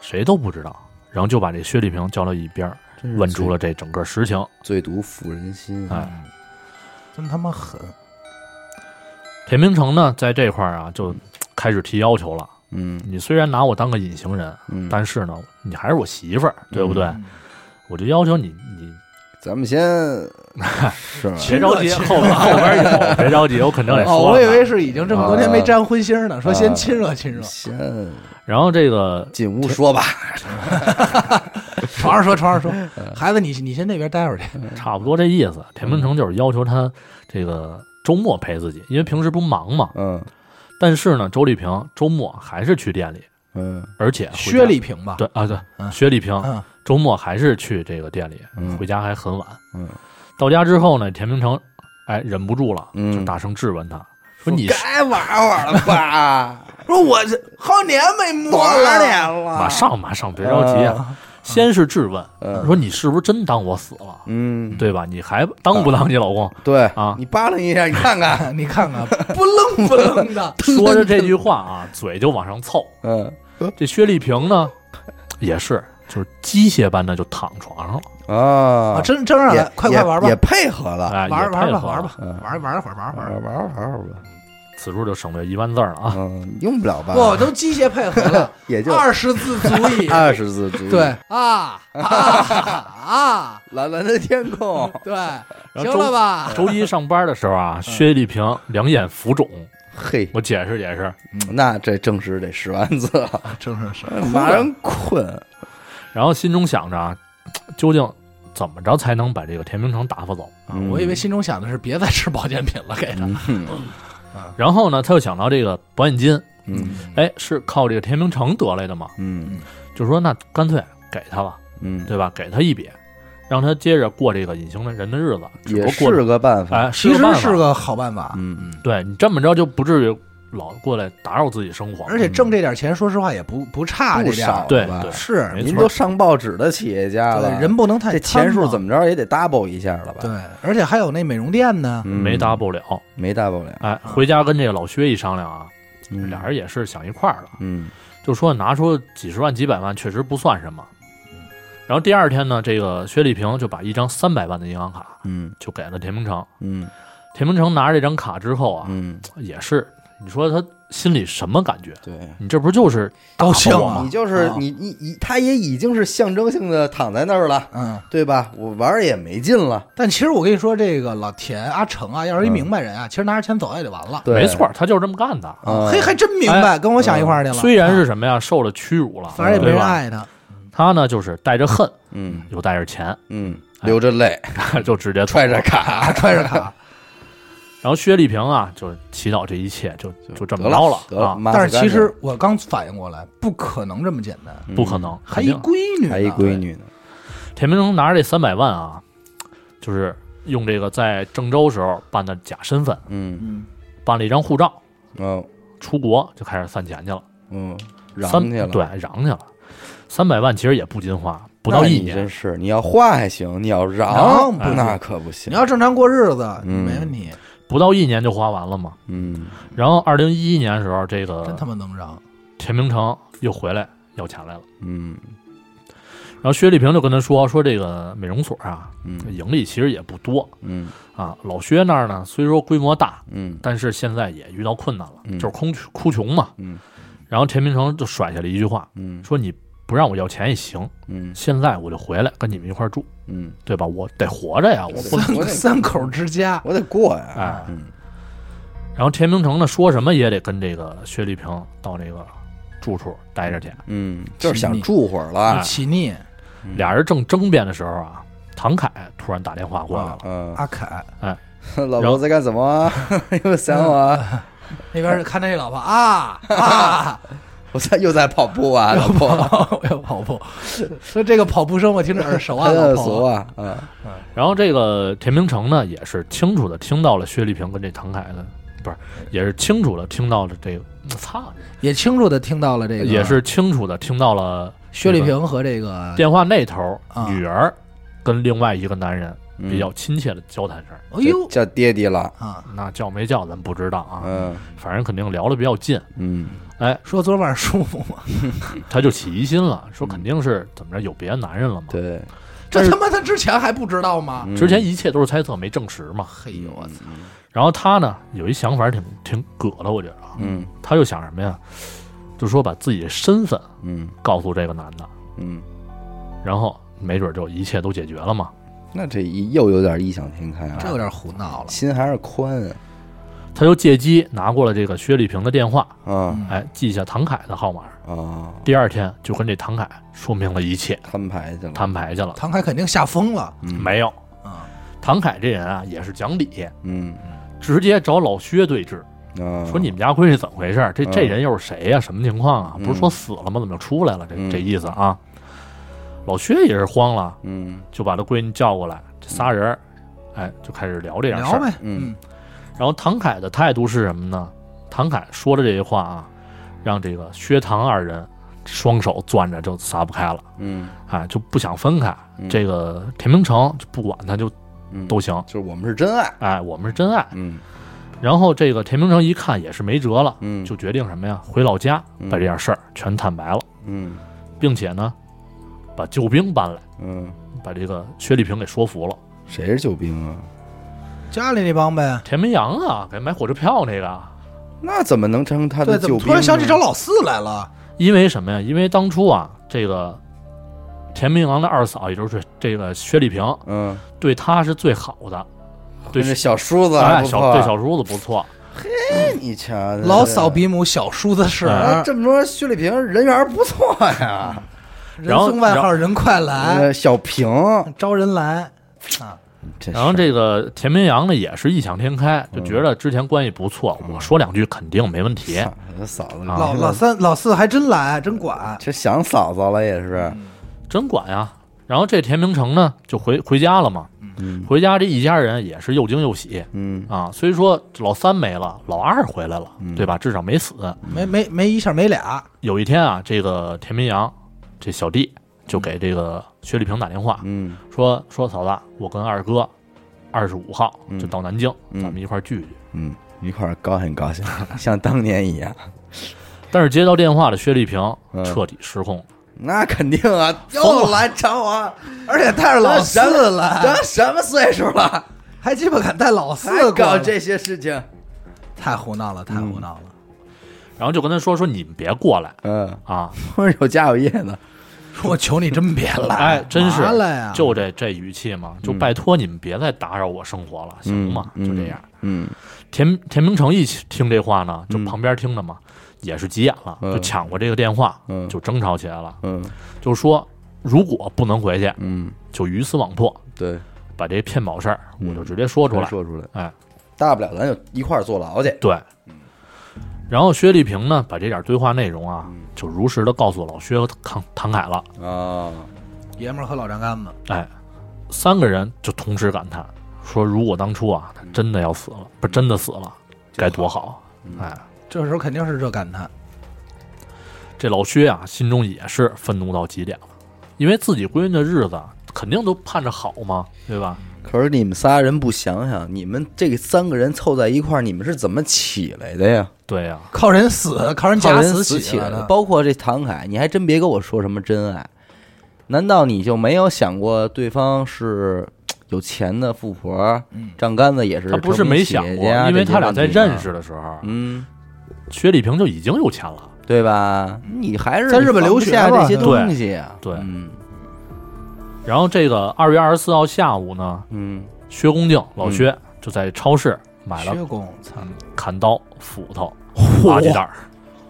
S1: 谁都不知道，然后就把这薛丽萍叫到一边儿，
S2: 真是
S3: 嗯
S1: 问出了这整个实情。
S2: 最毒妇人心。啊
S1: 哎，
S3: 真他妈狠！
S1: 田明成呢，在这块儿啊，就开始提要求了。
S2: 嗯
S1: 你虽然拿我当个隐形人，
S2: 嗯，
S1: 但是呢，你还是我媳妇儿，对不对？
S3: 嗯
S1: 我就要求你，你
S2: 咱们先是吧？
S1: 别着急，后边后边 有，别着急，我肯定得
S3: 哦，
S1: 说
S3: 我
S1: 了啊
S3: 以
S1: 呢。
S3: 为是已经这么多年没沾荤腥儿呢，说先
S2: 啊
S3: 亲热亲 热，
S2: 先
S1: 然后这个
S2: 进屋说吧。
S3: 床 上说床上说，孩子你你先那边待会儿去，
S1: 差不多这意思，田明成就是要求他这个周末陪自己，因为平时不忙嘛。
S2: 嗯
S1: 但是呢，周丽萍周末还是去店里，
S2: 嗯
S1: 而且回家
S3: 薛丽萍吧？
S1: 对啊对，
S3: 嗯
S1: 薛丽萍
S2: 啊
S3: 嗯，
S1: 周末还是去这个店里，
S2: 嗯
S1: 回家还很晚。
S2: 嗯，
S1: 到家之后呢，田明成哎忍不住了，
S2: 嗯
S1: 就大声质问他说：“你是
S2: 该玩玩了吧？
S3: 说我这好年没摸
S2: 多少年
S3: 了，
S2: 了？
S1: 马上马上别着急
S3: 嗯
S1: 啊，先是质问
S2: 嗯
S1: 说你是不是真当我死了，
S2: 嗯，
S1: 对吧？你还当不当你老公？”
S2: 对
S1: 啊，
S2: 你扒拉一下，你看看，
S3: 啊你看看，不愣不 愣的
S1: 说着这句话啊，嘴就往上凑。
S2: 嗯
S1: 这薛丽萍呢，也是就是机械般的就躺床上了，
S2: 啊
S3: 啊，真真让
S2: 也
S3: 他快快玩吧
S2: 也也，配合了，
S1: 哎，
S3: 啊玩
S1: 也配
S3: 玩吧，
S1: 合
S3: 玩
S1: 了
S3: 吧，
S2: 嗯
S3: 玩玩一会儿，玩一会
S2: 玩
S3: 儿。
S2: 玩玩玩吧，
S1: 此处就省略一万字儿了啊。
S2: 嗯，用不了吧？
S3: 我都机械配合了，
S2: 也 就
S3: 二十字足矣。
S2: 二十字足，
S3: 对，啊啊啊，
S2: 蓝蓝的天空，
S3: 对，
S1: 然后
S3: 行
S1: 周
S3: 了吧？
S1: 周一上班的时候
S3: 嗯
S1: 啊，薛丽萍两眼浮肿，
S2: 嘿，
S1: 我解释解释。
S2: 那这正是得十万字了，
S3: 真是是，
S2: 马上困，
S1: 然后心中想着啊，究竟怎么着才能把这个田明成打发走？
S2: 嗯
S3: 啊我以为心中想的是别再吃保健品了，给他。嗯
S1: 然后呢，他又想到这个保险金，
S2: 嗯
S1: 哎，是靠这个田明成得来的嘛？
S2: 嗯
S1: 就说那干脆给他吧，
S2: 嗯，
S1: 对吧？给他一笔，让他接着过这个隐形的人的日子，只不
S2: 也
S1: 过过
S2: 是个办法，
S1: 哎，
S3: 嗯其
S1: 个
S3: 实
S1: 办法
S3: 是个好办法，
S2: 嗯
S1: 对你这么着就不至于老过来打扰自己生活，
S3: 而且挣这点钱，说实话也不不差
S2: 嗯不
S3: 这点儿
S2: 少，
S1: 对
S2: 吧
S1: 对
S3: 是
S1: 没
S2: 您
S1: 错
S2: 都上报纸的企业家
S3: 对
S2: 了，
S3: 人不能太
S2: 这钱数怎
S3: 么
S2: 么着也得 double 一下了吧？
S3: 对，而且还有那美容店呢，
S2: 嗯，
S1: 没搭不了。
S2: 没 double 了，
S1: 哎，
S3: 嗯
S1: 回家跟这个老薛一商量啊，
S2: 嗯
S1: 俩人也是想一块儿了，
S2: 嗯
S1: 就说拿出几十万、几百万确实不算什么。然后第二天呢，这个薛丽萍就把一张三百万的银行卡
S2: 嗯
S1: 就给了田明成。
S2: 嗯
S1: 田明成拿着这张卡之后啊，
S2: 嗯，
S1: 也是你说他心里什么感觉？
S2: 对。
S1: 你这不就是
S3: 高兴
S1: 打发我
S3: 啊
S1: 吗
S2: 你，就是
S3: 啊
S2: 你你你，他也已经是象征性的躺在那儿了，
S3: 嗯。
S2: 对吧？我玩儿也没劲了，
S3: 但其实我跟你说，这个老田、阿成啊，要是一
S2: 嗯
S3: 明白人啊，其实拿着钱走也就完了。
S2: 对，
S1: 没错，，他就是这么干的。
S2: 啊，
S3: 嘿，还真明白，跟我想一块
S2: 嗯
S3: 儿去了。啊
S1: 虽然是什么呀，受了屈辱了，
S3: 反正也没
S1: 对
S3: 人
S1: 吧？
S3: 爱他，
S1: 他呢就是带着恨，
S2: 嗯
S1: 又带着钱，
S2: 嗯，流着泪，
S1: 就直接走
S2: 揣
S1: 了
S2: 着卡，
S3: 啊，揣着卡。
S1: 然后薛丽萍啊，就祈祷这一切就就这么
S2: 得
S1: 着
S2: 得了
S1: 啊，，
S2: 妈
S3: 但是
S2: 死干
S3: 其
S2: 净嗯
S3: 实我刚反应过来，不可能这么简单，
S1: 不可能，
S3: 还
S1: 肯
S3: 一
S1: 定。
S3: 闺女，
S2: 还一闺。女呢，
S1: 田明成拿着这三百万啊，就是用这个在郑州时候办的假身份，
S2: 嗯
S3: 嗯，
S1: 办了一张护照，
S2: 嗯
S1: 出国就开始散钱去了，
S2: 嗯，
S1: 三
S2: 嚷去了，
S1: 对，嚷去了。三百万其实也不禁花，不
S2: 那
S1: 到一
S2: 你
S1: 年
S2: 真，是，你要画还行，你要嚷
S3: 嚷不
S2: 那可不行。
S3: 你要正常过日子，
S2: 嗯
S3: 没问题，
S1: 不到一年就花完了嘛。
S2: 嗯
S1: 然后二零一一年的时候，这
S3: 真
S1: 个
S3: 他妈能嚷。
S1: 田明成又回来要钱来了，
S2: 嗯
S1: 然后薛丽萍就跟他说说这个美容所啊，
S2: 嗯
S1: 盈利其实也不多
S2: 嗯
S1: 啊。老薛那儿呢，虽说规模大，
S2: 嗯
S1: 但是现在也遇到困难了，
S2: 嗯
S1: 就是空哭穷嘛。
S2: 嗯
S1: 然后田明成就甩下了一句话，
S2: 嗯
S1: 说你不让我要钱也行，
S2: 嗯
S1: 现在我就回来跟你们一块儿住，
S2: 嗯，
S1: 对吧？我得活着呀，我不能。
S3: 三
S2: 我得
S3: 三口之家，
S2: 我得过呀。
S1: 哎，
S2: 嗯
S1: 然后田明成呢，说什么也得跟这个薛丽萍到这个住处待着去。
S2: 嗯，就是想住会儿了。
S3: 起腻
S2: 啊
S3: 嗯
S1: 俩人正争辩的时候啊，唐凯突然打电话过来
S3: 啊
S1: 了，
S2: 嗯，
S3: 阿凯
S2: 老婆在干什么啊？又想我啊？
S3: 那边是看那老婆啊啊，
S2: 我在又在跑步啊， 老婆，
S3: 我要跑步， 说这个跑步声我听着耳熟 啊，
S2: 还
S3: 老
S2: 在俗
S3: 婆。
S2: 啊？嗯
S1: 然后这个田明成呢，也是清楚的听到了薛丽萍跟这唐凯的，不是，也是清楚的听到了这个，操，
S3: 也清楚的听到了这个，
S1: 也是清楚的听到了
S3: 薛丽萍和这个，
S1: 电话那头
S3: 啊
S1: 女儿跟另外一个男人
S2: 嗯
S1: 比较亲切的交谈声儿，
S3: 哎呦
S2: 叫叫爹爹了。
S3: 啊，
S1: 那叫没叫咱不知道啊，
S2: 嗯
S1: 反正肯定聊的比较 近。
S2: 嗯
S1: 哎，
S3: 说昨晚舒服吗？
S1: 他就起疑心了，说肯定是怎么着有别的男人了嘛。
S2: 对，
S1: 但
S3: 这
S1: 是
S3: 他妈他之前还不知道吗？
S2: 嗯
S1: 之前一切都是猜测，没证实嘛。
S3: 嘿呦我操！
S1: 然后他呢有一想法挺挺葛的，我觉得啊，
S2: 嗯
S1: 他就想什么呀？就说把自己的身份
S2: 嗯
S1: 告诉这个男的，
S2: 嗯，
S1: 然后没准就一切都解决了嘛。
S2: 那这一又有点异想天开
S3: 这有
S2: 啊，
S3: 点胡闹了。
S2: 心还是宽啊
S1: 他就借机拿过了这个薛丽萍的电话，
S2: 啊
S1: 哎，记下唐凯的号码。
S2: 啊啊！
S1: 第二天就跟这唐凯说明了一切，
S2: 嗯摊牌去了。
S1: 摊牌去了。
S3: 唐凯肯定吓疯了，
S1: 没有，
S3: 啊，
S1: 庞凯这人啊也是讲理，
S2: 嗯
S1: 直接找老薛对峙，
S2: 啊，
S1: 说你们家闺女怎么回事儿？这这
S2: 嗯
S1: 人又是谁呀、什么情况啊？
S2: 嗯
S1: 不是说死了吗？怎么又出来了？这
S2: 嗯
S1: 这意思啊？老薛也是慌了，
S2: 嗯
S1: 就把他闺女叫过来，这仨人儿，哎，就开始聊这样事
S3: 聊
S1: 儿。
S3: 呗，
S2: 嗯
S3: 嗯，
S1: 然后唐凯的态度是什么呢？唐凯说的这些话啊，让这个薛唐二人双手攥着就撒不开了，
S2: 嗯
S1: 哎，就不想分开。
S2: 嗯
S1: 这个田明成就不管他就
S2: 嗯，
S1: 都行，
S2: 就是我们是真爱，
S1: 哎，我们是真爱。
S2: 嗯
S1: 然后这个田明成一看也是没辙了，
S2: 嗯，
S1: 就决定什么呀？回老家
S2: 嗯
S1: 把这件事儿全坦白了，
S2: 嗯
S1: 并且呢，把救兵搬来，
S2: 嗯，
S1: 把这个薛丽萍给说服了。
S2: 谁是救兵啊？
S3: 家里那帮呗。
S1: 田明阳啊，给买火车票那个啊，
S2: 那怎么能成他
S3: 对，
S2: 的
S3: 怎
S2: 救
S3: 么
S2: 兵呢？
S3: 突然想起找老四来了？
S1: 因为什么呀？因为当初啊，这个田明阳的二嫂，也就是这个薛丽萍，
S2: 嗯，
S1: 对他是最好的，对
S2: 那小叔子啊哎还
S1: 哎，
S2: 不
S1: 小
S2: 错
S1: 对小叔子不错，
S2: 你瞧，
S3: 老嫂比母小叔子婶
S2: 啊
S3: 儿，
S2: 这么说，薛丽萍人缘不错呀。
S3: 人送外号人快来，
S2: 呃，小平，
S3: 招人来。
S2: 这
S1: 然后
S2: 事儿
S1: 这个田明阳呢也是异想天开，
S2: 嗯
S1: 就觉得之前关系不错，我说两句肯定没问题。
S2: 操这嫂子，
S1: 哎啊
S3: 老老三老四还真来，真管。
S2: 这想嫂子了也是，
S1: 真管呀。然后这田明成呢，就回回家了嘛。回家这一家人也是又惊又喜
S2: 嗯
S1: 啊。虽说老三没了，老二回来了，对吧？至少没死。
S3: 没没没一下没俩，
S1: 有一天啊，这个田明阳这小弟就给这个薛丽萍打电话，
S2: 嗯
S1: 说说嫂子，我跟二哥二十五号就到南京，
S2: 嗯
S1: 咱们一块儿聚聚。
S2: 嗯，一块儿高兴 高兴，像当年一样。
S1: 但是接到电话的薛丽萍
S2: 嗯
S1: 彻底失控了，
S2: 那肯定啊，
S3: 疯
S2: 又
S3: 了
S2: 来找我，
S3: 而且带着老四来，
S2: 咱什么岁数了，
S3: 还鸡巴敢带老四
S2: 还
S3: 过
S2: 搞
S3: 来
S2: 这些事情？
S3: 太胡闹了，太胡闹了。
S1: 然后就跟他说说你们别过来
S2: 嗯，
S1: 啊，
S2: 不是有家有业的，
S3: 我求你真别来，
S1: 哎，真是
S3: 麻了呀！
S1: 就这这语气嘛，就拜托你们别再打扰我生活了，行吗？
S2: 嗯
S1: 就这样。。
S2: 嗯
S1: 田田明成一起听这话呢，就
S2: 嗯
S1: 旁边听着嘛，也是急眼了，
S2: 嗯
S1: 就抢过这个电话，
S2: 嗯
S1: 就争吵起来了，
S2: 嗯
S1: 就说如果不能回去，
S2: 嗯，
S1: 就鱼死网破，
S2: 对，
S1: 把这骗保事儿
S2: 嗯
S1: 我就直接说出来。
S2: 说出来，
S1: 哎，
S2: 大不了咱就一块儿坐牢去。
S1: 对。然后薛丽萍呢，把这点对话内容啊，
S2: 嗯
S1: 就如实的告诉老薛和唐唐凯了。
S2: 啊，
S3: 爷们儿和老丈杆子，
S1: 哎，三个人就同时感叹说：“如果当初啊，他
S2: 嗯
S1: 真的要死了，不是真的死了，该多好！”
S2: 嗯
S1: 哎，
S3: 这时候肯定是这感叹。
S1: 这老薛啊，心中也是愤怒到极点了，因为自己闺女的日子啊肯定都盼着好嘛，对吧？
S2: 可是你们仨人不想想，你们这三个人凑在一块儿，你们是怎么起来的呀？
S1: 对呀、
S3: 靠人死，靠人
S2: 靠
S3: 假
S2: 人
S3: 死
S2: 死
S3: 起
S2: 来
S3: 来
S2: 的
S3: 的，，
S2: 包括这唐凯，你还真别跟我说什么真爱，难道你就没有想过对方是嘖有钱的富婆，账杆子也是
S1: 嗯他
S2: 成
S1: 不
S2: 名
S1: 是没想
S2: 企
S1: 过
S2: 业家，
S1: 因为他俩在
S2: 这些问题啊
S1: 认，识的时候，
S2: 嗯，
S1: 薛丽萍就已经有钱了。
S2: 对吧？你还是
S3: 在日本留学
S2: 放不下
S3: 吧
S2: 这些
S3: 对
S2: 东西啊，
S1: 对
S2: 嗯
S1: 然后这个二月二十四号下午呢，
S2: 嗯
S1: 薛公敬老薛就在超市买了
S3: 薛公，操！
S1: 砍刀、斧头、垃圾袋儿。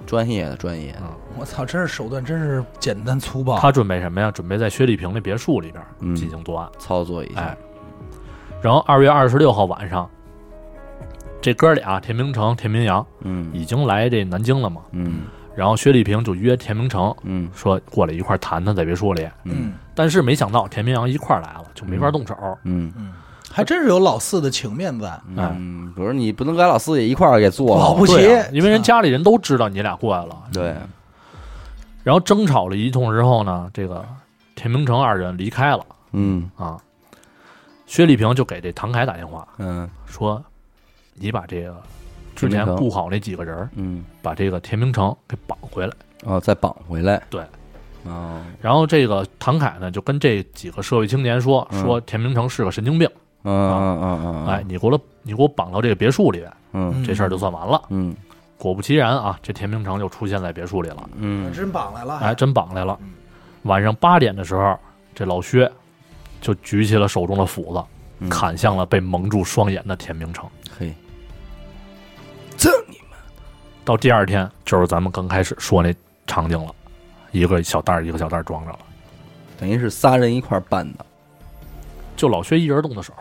S2: 专业的专业的，
S3: 我操，真是手段，真是简单粗暴。
S1: 他准备什么呀？准备在薛丽萍那别墅里边
S2: 啊嗯
S1: 进行作案。
S2: 操作一下
S1: 哎，然后二月二十六号晚上，这哥俩田明成、田明阳
S2: 嗯
S1: 已经来这南京了嘛。
S2: 嗯
S1: 然后薛丽萍就约田明成
S2: 嗯
S1: 说过来一块儿谈谈，在别墅里。
S3: 嗯
S1: 但是没想到田明阳一块儿来了，就没法动手。
S2: 嗯
S3: 嗯，还真是有老四的情面在，
S1: 哎
S2: 嗯，不是你不能跟老四也一块儿给做
S3: 保
S2: 了，
S3: 不齐
S1: 对啊、因为人家里人都知道你俩过来了。
S2: 对，
S1: 然后争吵了一通之后呢，这个田明成二人离开了
S2: 嗯
S1: 啊。薛丽萍就给这唐凯打电话
S2: 嗯
S1: 说：“你把这个之
S2: 田明
S1: 前
S2: 成
S1: 雇好那几个人儿，
S2: 嗯，
S1: 把这个田明成给绑回来。”
S2: 哦，再绑回来，
S1: 对，
S2: 哦。
S1: 然后这个唐凯呢，就跟这几个社会青年说，
S2: 嗯
S1: 说田明成是个神经病，
S2: 嗯嗯嗯，
S1: 哎，，你给我你给我绑到这个别墅里边，
S2: 嗯
S1: 这事儿就算完了。
S2: 嗯
S1: 果不其然啊，这田明成就出现在别墅里了，
S2: 嗯
S3: 真绑来了。
S1: 哎，真绑来了。晚上八点的时候，这老薛就举起了手中的斧
S2: 嗯
S1: 子，砍向了被蒙住双眼的田明成。
S2: 嘿，
S4: 这你
S1: 到第二天，就是咱们刚开始说那场景了，一个小袋儿一个小袋儿装着了，
S2: 等于是仨人一块儿办的，
S1: 就老薛一人动的手，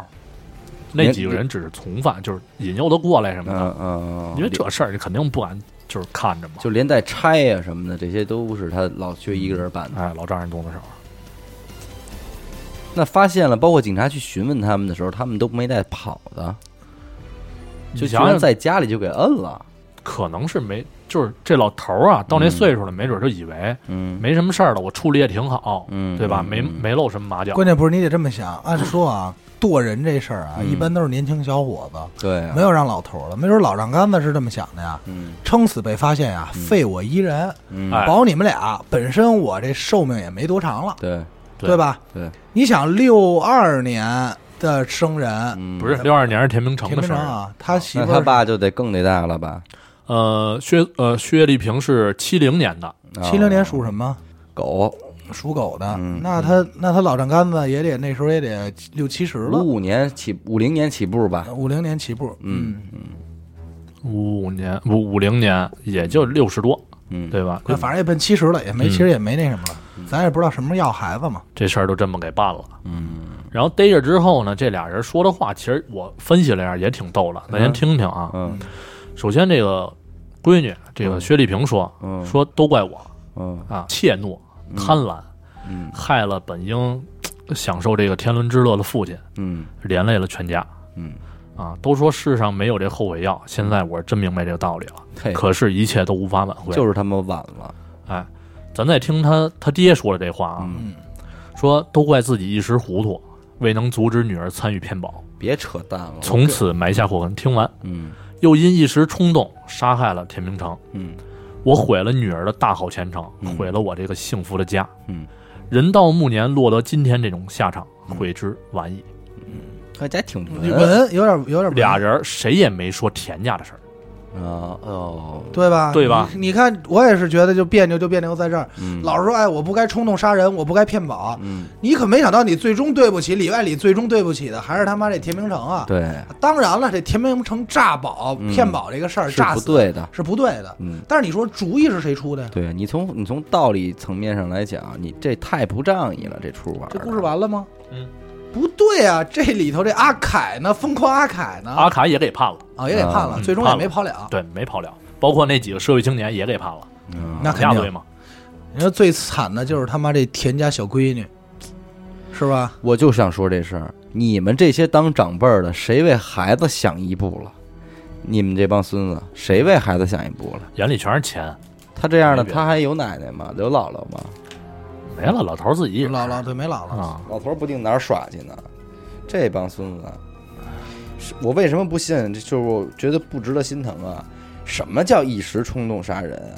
S1: 那几个人只是从犯，就是引诱他过来什么的。
S2: 嗯嗯，
S1: 因为这事儿你肯定不敢就是看着嘛。
S2: 就连带拆呀、什么的，这些都是他老薛一个人办的。
S1: 哎，老丈人动的手，
S2: 那发现了，包括警察去询问他们的时候，他们都没带跑的，
S1: 你
S2: 就居
S1: 想
S2: 然
S1: 想，
S2: 在家里就给摁了。
S1: 可能是没，就是这老头儿啊，到那岁数了，没准就以为
S2: 嗯
S1: 没什么事儿了，我处理也挺好，
S2: 嗯，
S1: 对吧？
S2: 嗯
S1: 没没露什么马脚。
S3: 关键不是你得这么想，按说啊，剁人这事儿啊，
S2: 嗯
S3: 一般都是年轻小伙子，
S2: 对啊，
S3: 没有让老头儿了，没准老丈杆子是这么想的呀，
S2: 嗯
S3: 撑死被发现呀，废我一人，
S2: 嗯，
S1: 哎
S3: 保你们俩。本身我这寿命也没多长了，
S2: 对
S1: 对
S3: 对吧？
S2: 对，
S3: 你想六二年的生人，
S2: 嗯
S1: 不是六二年是田明成
S3: 田
S1: 的
S3: 明
S1: 事
S3: 成
S1: 儿，
S3: 啊，他媳
S2: 哦那
S3: 妇
S2: 他
S3: 儿
S2: 爸就得更得大了吧？
S1: 呃，薛呃薛丽萍是七零年的，
S3: 七零年属什么？
S2: 狗，
S3: 属狗的，
S2: 哦嗯
S3: 那他那他老丈杆子也得那时候也得六七十了，
S2: 五五年起，五零年起步吧？
S3: 五零年起步，
S2: 嗯，
S1: 五五年五五零年也就六十多，
S2: 嗯，
S1: 对吧？
S3: 那反正也奔七十了，也没
S1: 嗯
S3: 其实也没那什么了，咱也不知道什么时候要孩子嘛，
S1: 这事儿就这么给办了。嗯，然后逮着之后呢，这俩人说的话，其实我分析了一下，也挺逗的，咱先听听啊。
S2: 嗯
S1: 首先，这个闺女，这个薛丽萍说、
S2: 嗯
S1: 说都怪我
S2: 嗯
S1: 啊，怯懦、贪婪，
S2: 嗯
S1: 害了本应嘖享受这个天伦之乐的父亲，
S2: 嗯
S1: 连累了全家
S2: 嗯，
S1: 啊。都说世上没有这后悔药，现在我真明白这个道理了。
S2: 嘿，
S1: 可是，一切都无法挽回。
S2: 就是他妈晚了，
S1: 哎，咱再听他他爹说了这话啊，
S2: 嗯
S1: 说都怪自己一时糊涂，未能阻止女儿参与骗保，
S3: 哦
S2: 别扯淡了，
S1: 从此埋下祸根。听完，
S2: 嗯
S1: 又因一时冲动杀害了田明成，
S2: 嗯
S1: 我毁了女儿的大好前程
S2: 嗯，
S1: 毁了我这个幸福的家。
S2: 嗯，
S1: 人到暮年落得今天这种下场，
S3: 嗯
S1: 悔之晚矣。
S2: 他家挺文
S3: 你嗯文有点有点文
S1: 俩人谁也没说田家的事儿，
S2: 啊哦，
S3: 对吧？
S1: 对吧
S3: 你？你看，我也是觉得就别扭，就别扭在这儿。
S2: 嗯
S3: 老是说，哎，我不该冲动杀人，我不该骗保。
S2: 嗯
S3: 你可没想到，你最终对不起里外里，最终对不起的还是他妈这田明成啊！
S2: 对
S3: 当然了，这田明成诈保、
S2: 嗯
S3: 骗保这个事儿，
S2: 是
S3: 诈
S2: 不
S3: 死
S2: 对的，
S3: 是不对的。
S2: 嗯。
S3: 但是你说主意是谁出的呀？
S2: 对你从你从道理层面上来讲，你这太不仗义了，这出玩儿
S3: 这
S2: 的
S3: 故事完了吗？
S1: 嗯，
S3: 不对啊，这里头这阿凯呢，疯狂阿凯呢，
S1: 阿卡也给判了，
S3: 啊也给判了，
S1: 嗯
S3: 最终也没跑了。
S1: 对，没跑了。包括那几个社会青年也给判了，
S2: 嗯
S3: 那肯
S1: 俩罪
S3: 定，
S1: 嘛。
S3: 你说最惨的就是他妈这田家小闺女，是吧？
S2: 我就想说这事儿，你们这些当长辈儿的，谁为孩子想一步了？你们这帮孙子，谁为孩子想一步了？
S1: 眼里全是钱，
S2: 他这样的，
S1: 没别的
S2: 他还有奶奶吗？有姥姥吗？
S1: 没了。老头儿自己也
S3: 老老对没老了，
S1: 啊，
S2: 老头儿不定哪儿耍去呢。这帮孙子，是我为什么不信？这就是我觉得不值得心疼啊！什么叫一时冲动杀人啊？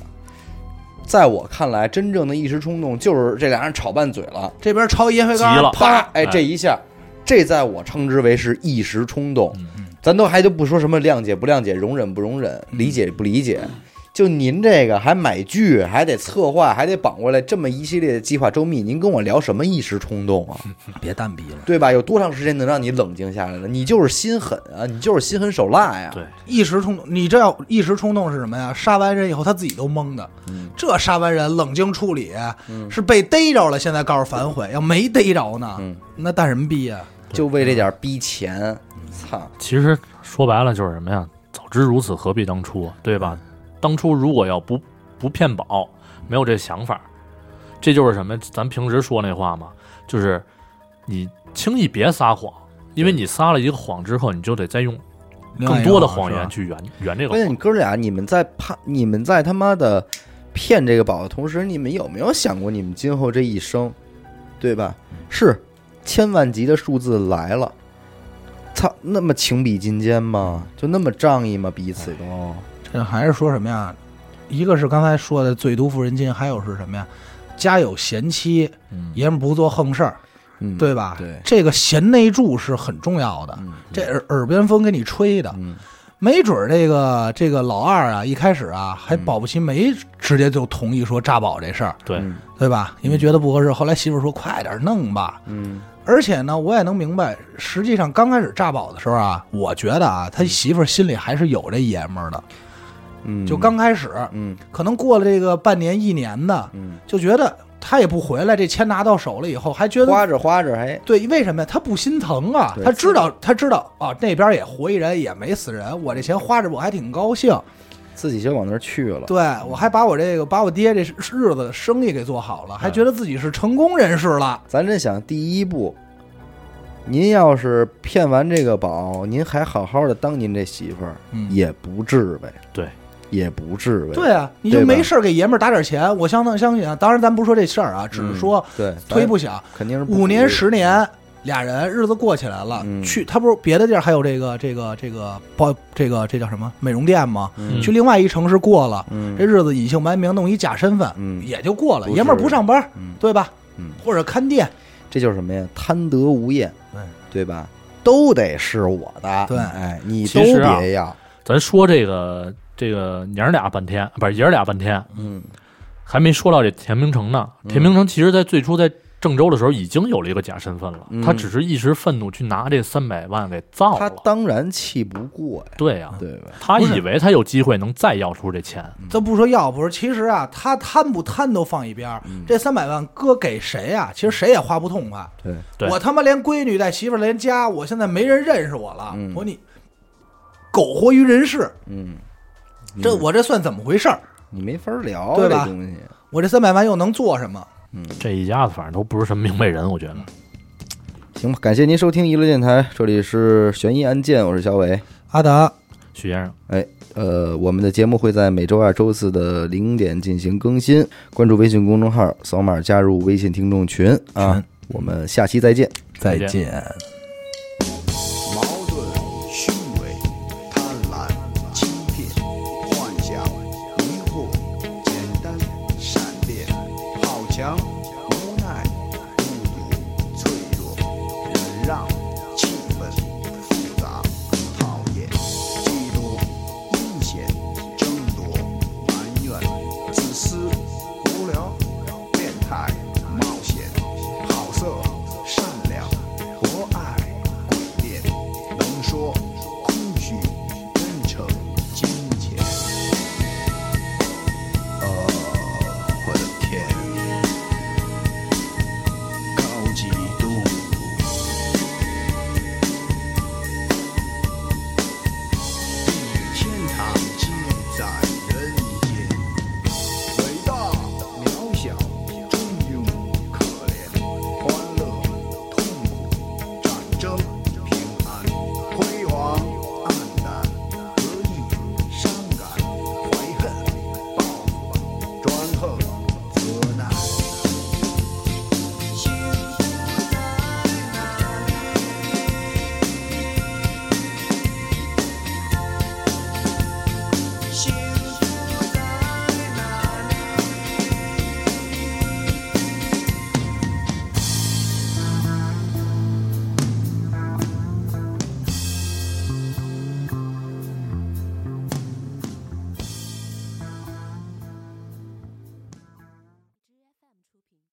S2: 在我看来，真正的一时冲动就是这俩人吵拌嘴了，
S3: 这边抄烟灰缸，
S1: 急了
S2: 啪！哎，
S1: 哎
S2: 这一下，这在我称之为是一时冲动。
S1: 嗯
S2: 咱都还就不说什么谅解不谅解、容忍不容忍、理解不理
S1: 嗯
S2: 解，就您这个还买剧，还得策划，还得绑过来，这么一系列的计划周密，您跟我聊什么一时冲动啊？
S3: 别蛋逼了。
S2: 对吧？有多长时间能让你冷静下来呢？你就是心狠啊，你就是心狠手辣呀。
S1: 对，
S3: 一时冲动，你这要一时冲动是什么呀？杀完人以后他自己都懵的，
S2: 嗯
S3: 这杀完人冷静处理、是被逮着了，现在告诉反悔，要没逮着呢，
S2: 嗯
S3: 那蛋什么逼呀、
S2: 就为这点逼钱，
S1: 嗯
S2: 操！
S1: 其实说白了就是什么呀？早知如此，何必当初，对吧？当初如果要不不骗保，没有这想法，这就是什么？咱平时说那话嘛，就是你轻易别撒谎，因为你撒了一个谎之后，你就得再用更多的谎言
S3: 去。
S1: 去圆圆这个
S2: 关键
S1: 谎
S2: 你。哥俩，你们在怕，你们在他妈的骗这个宝的同时，你们有没有想过你们今后这一生，对吧？是千万级的数字来了，操，那么情比金坚吗？就那么仗义吗？彼此都，
S3: 这还是说什么呀？一个是刚才说的最毒妇人心，还有是什么呀？家有贤妻，
S1: 嗯
S3: 爷们不做横事儿，
S2: 嗯，
S3: 对吧？
S2: 对
S3: 这个贤内助是很重要的，
S2: 嗯，
S3: 这耳耳边风给你吹的，
S2: 嗯
S3: 没准儿这个这个老二啊，一开始
S2: 嗯
S3: 啊还保不齐没直接就同意说诈保这事儿，
S1: 对，
S2: 嗯
S3: 对吧？因为觉得不合适，后来媳妇儿说快点儿弄吧。
S2: 嗯
S3: 而且呢，我也能明白，实际上刚开始诈保的时候啊，我觉得啊，他媳妇儿心里还是有这爷们儿的，
S2: 嗯，
S3: 就刚开始，
S2: 嗯
S3: 可能过了这个半年一年的，
S2: 嗯
S3: 就觉得他也不回来，这钱拿到手了以后，还觉得
S2: 花着花着哎还
S3: 对，为什么呀？他不心疼啊，
S2: 对
S3: 他知道，他知道啊，那边也活一人，也没死人，我这钱花着我还挺高兴，
S2: 自己就往那儿去了。
S3: 对我还把我这个把我爹这日子生意给做好了，
S2: 嗯
S3: 还觉得自己是成功人士了。
S2: 咱真想第一步，您要是骗完这个宝，您还好好的当您这媳妇儿，
S3: 嗯
S2: 也不至呗，
S1: 对，
S2: 也不至呗。
S3: 对啊，你就
S2: 对吧
S3: 没事儿给爷们儿打点钱，我相当相信啊。当然，咱不说这事儿啊，
S2: 嗯
S3: 只是说
S2: 对，
S3: 推不响，
S2: 肯定是不
S3: 五年
S2: 鼓励
S3: 十年，俩人日子过起来了。
S2: 嗯
S3: 去他不是别的地儿还有这个这个这个包这个这叫什么美容店吗？
S1: 嗯
S3: 去另外一城市过了，
S2: 嗯
S3: 这日子隐姓埋名弄一假身份，
S2: 嗯
S3: 也就过了。
S2: 不
S3: 爷们儿
S2: 是
S3: 不上班，
S2: 嗯
S3: 对吧？
S2: 嗯
S3: 或者看店，
S2: 这就是什么呀？贪得无厌，
S3: 对
S2: 对吧？都得是我的，
S3: 对
S2: 哎，你
S1: 其
S2: 都
S1: 实啊
S2: 别要，
S1: 咱说这个这个娘儿俩半天，不是爷儿俩半天，
S2: 嗯，
S1: 还没说到这田明成呢。田明成其实在最初在郑州的时候已经有了一个假身份了，
S2: 嗯
S1: 他只是一时愤怒去拿这三百万给造
S2: 他
S1: 了。
S2: 当然气不过呀，
S1: 对呀、
S2: 对嗯吧？
S1: 他以为他有机会能再要出这钱，
S3: 咱不说要不是，其实啊，他贪不贪都放一边儿，
S2: 嗯
S3: 这三百万搁给谁啊？其实谁也花不痛快。
S2: 对，
S1: 对
S3: 我他妈连闺女带媳妇儿连家，我现在没人认识我了。
S2: 嗯
S3: 我说你苟活于人世，
S2: 嗯，
S3: 这我这算怎么回事儿？
S2: 你没法聊
S3: 对
S2: 这
S3: 吧
S2: 东西，
S3: 我这三百万又能做什么？
S1: 这一家子反正都不是什么明白人，我觉得。
S2: 嗯行吧？感谢您收听娱乐电台，这里是悬疑案件，我是小伟。
S3: 阿达，
S1: 许先生，
S2: 哎，呃，我们的节目会在每周二、周四的零点进行更新，关注微信公众号，扫码加入微信听众群啊。我们下期再见。
S1: 再见
S3: 见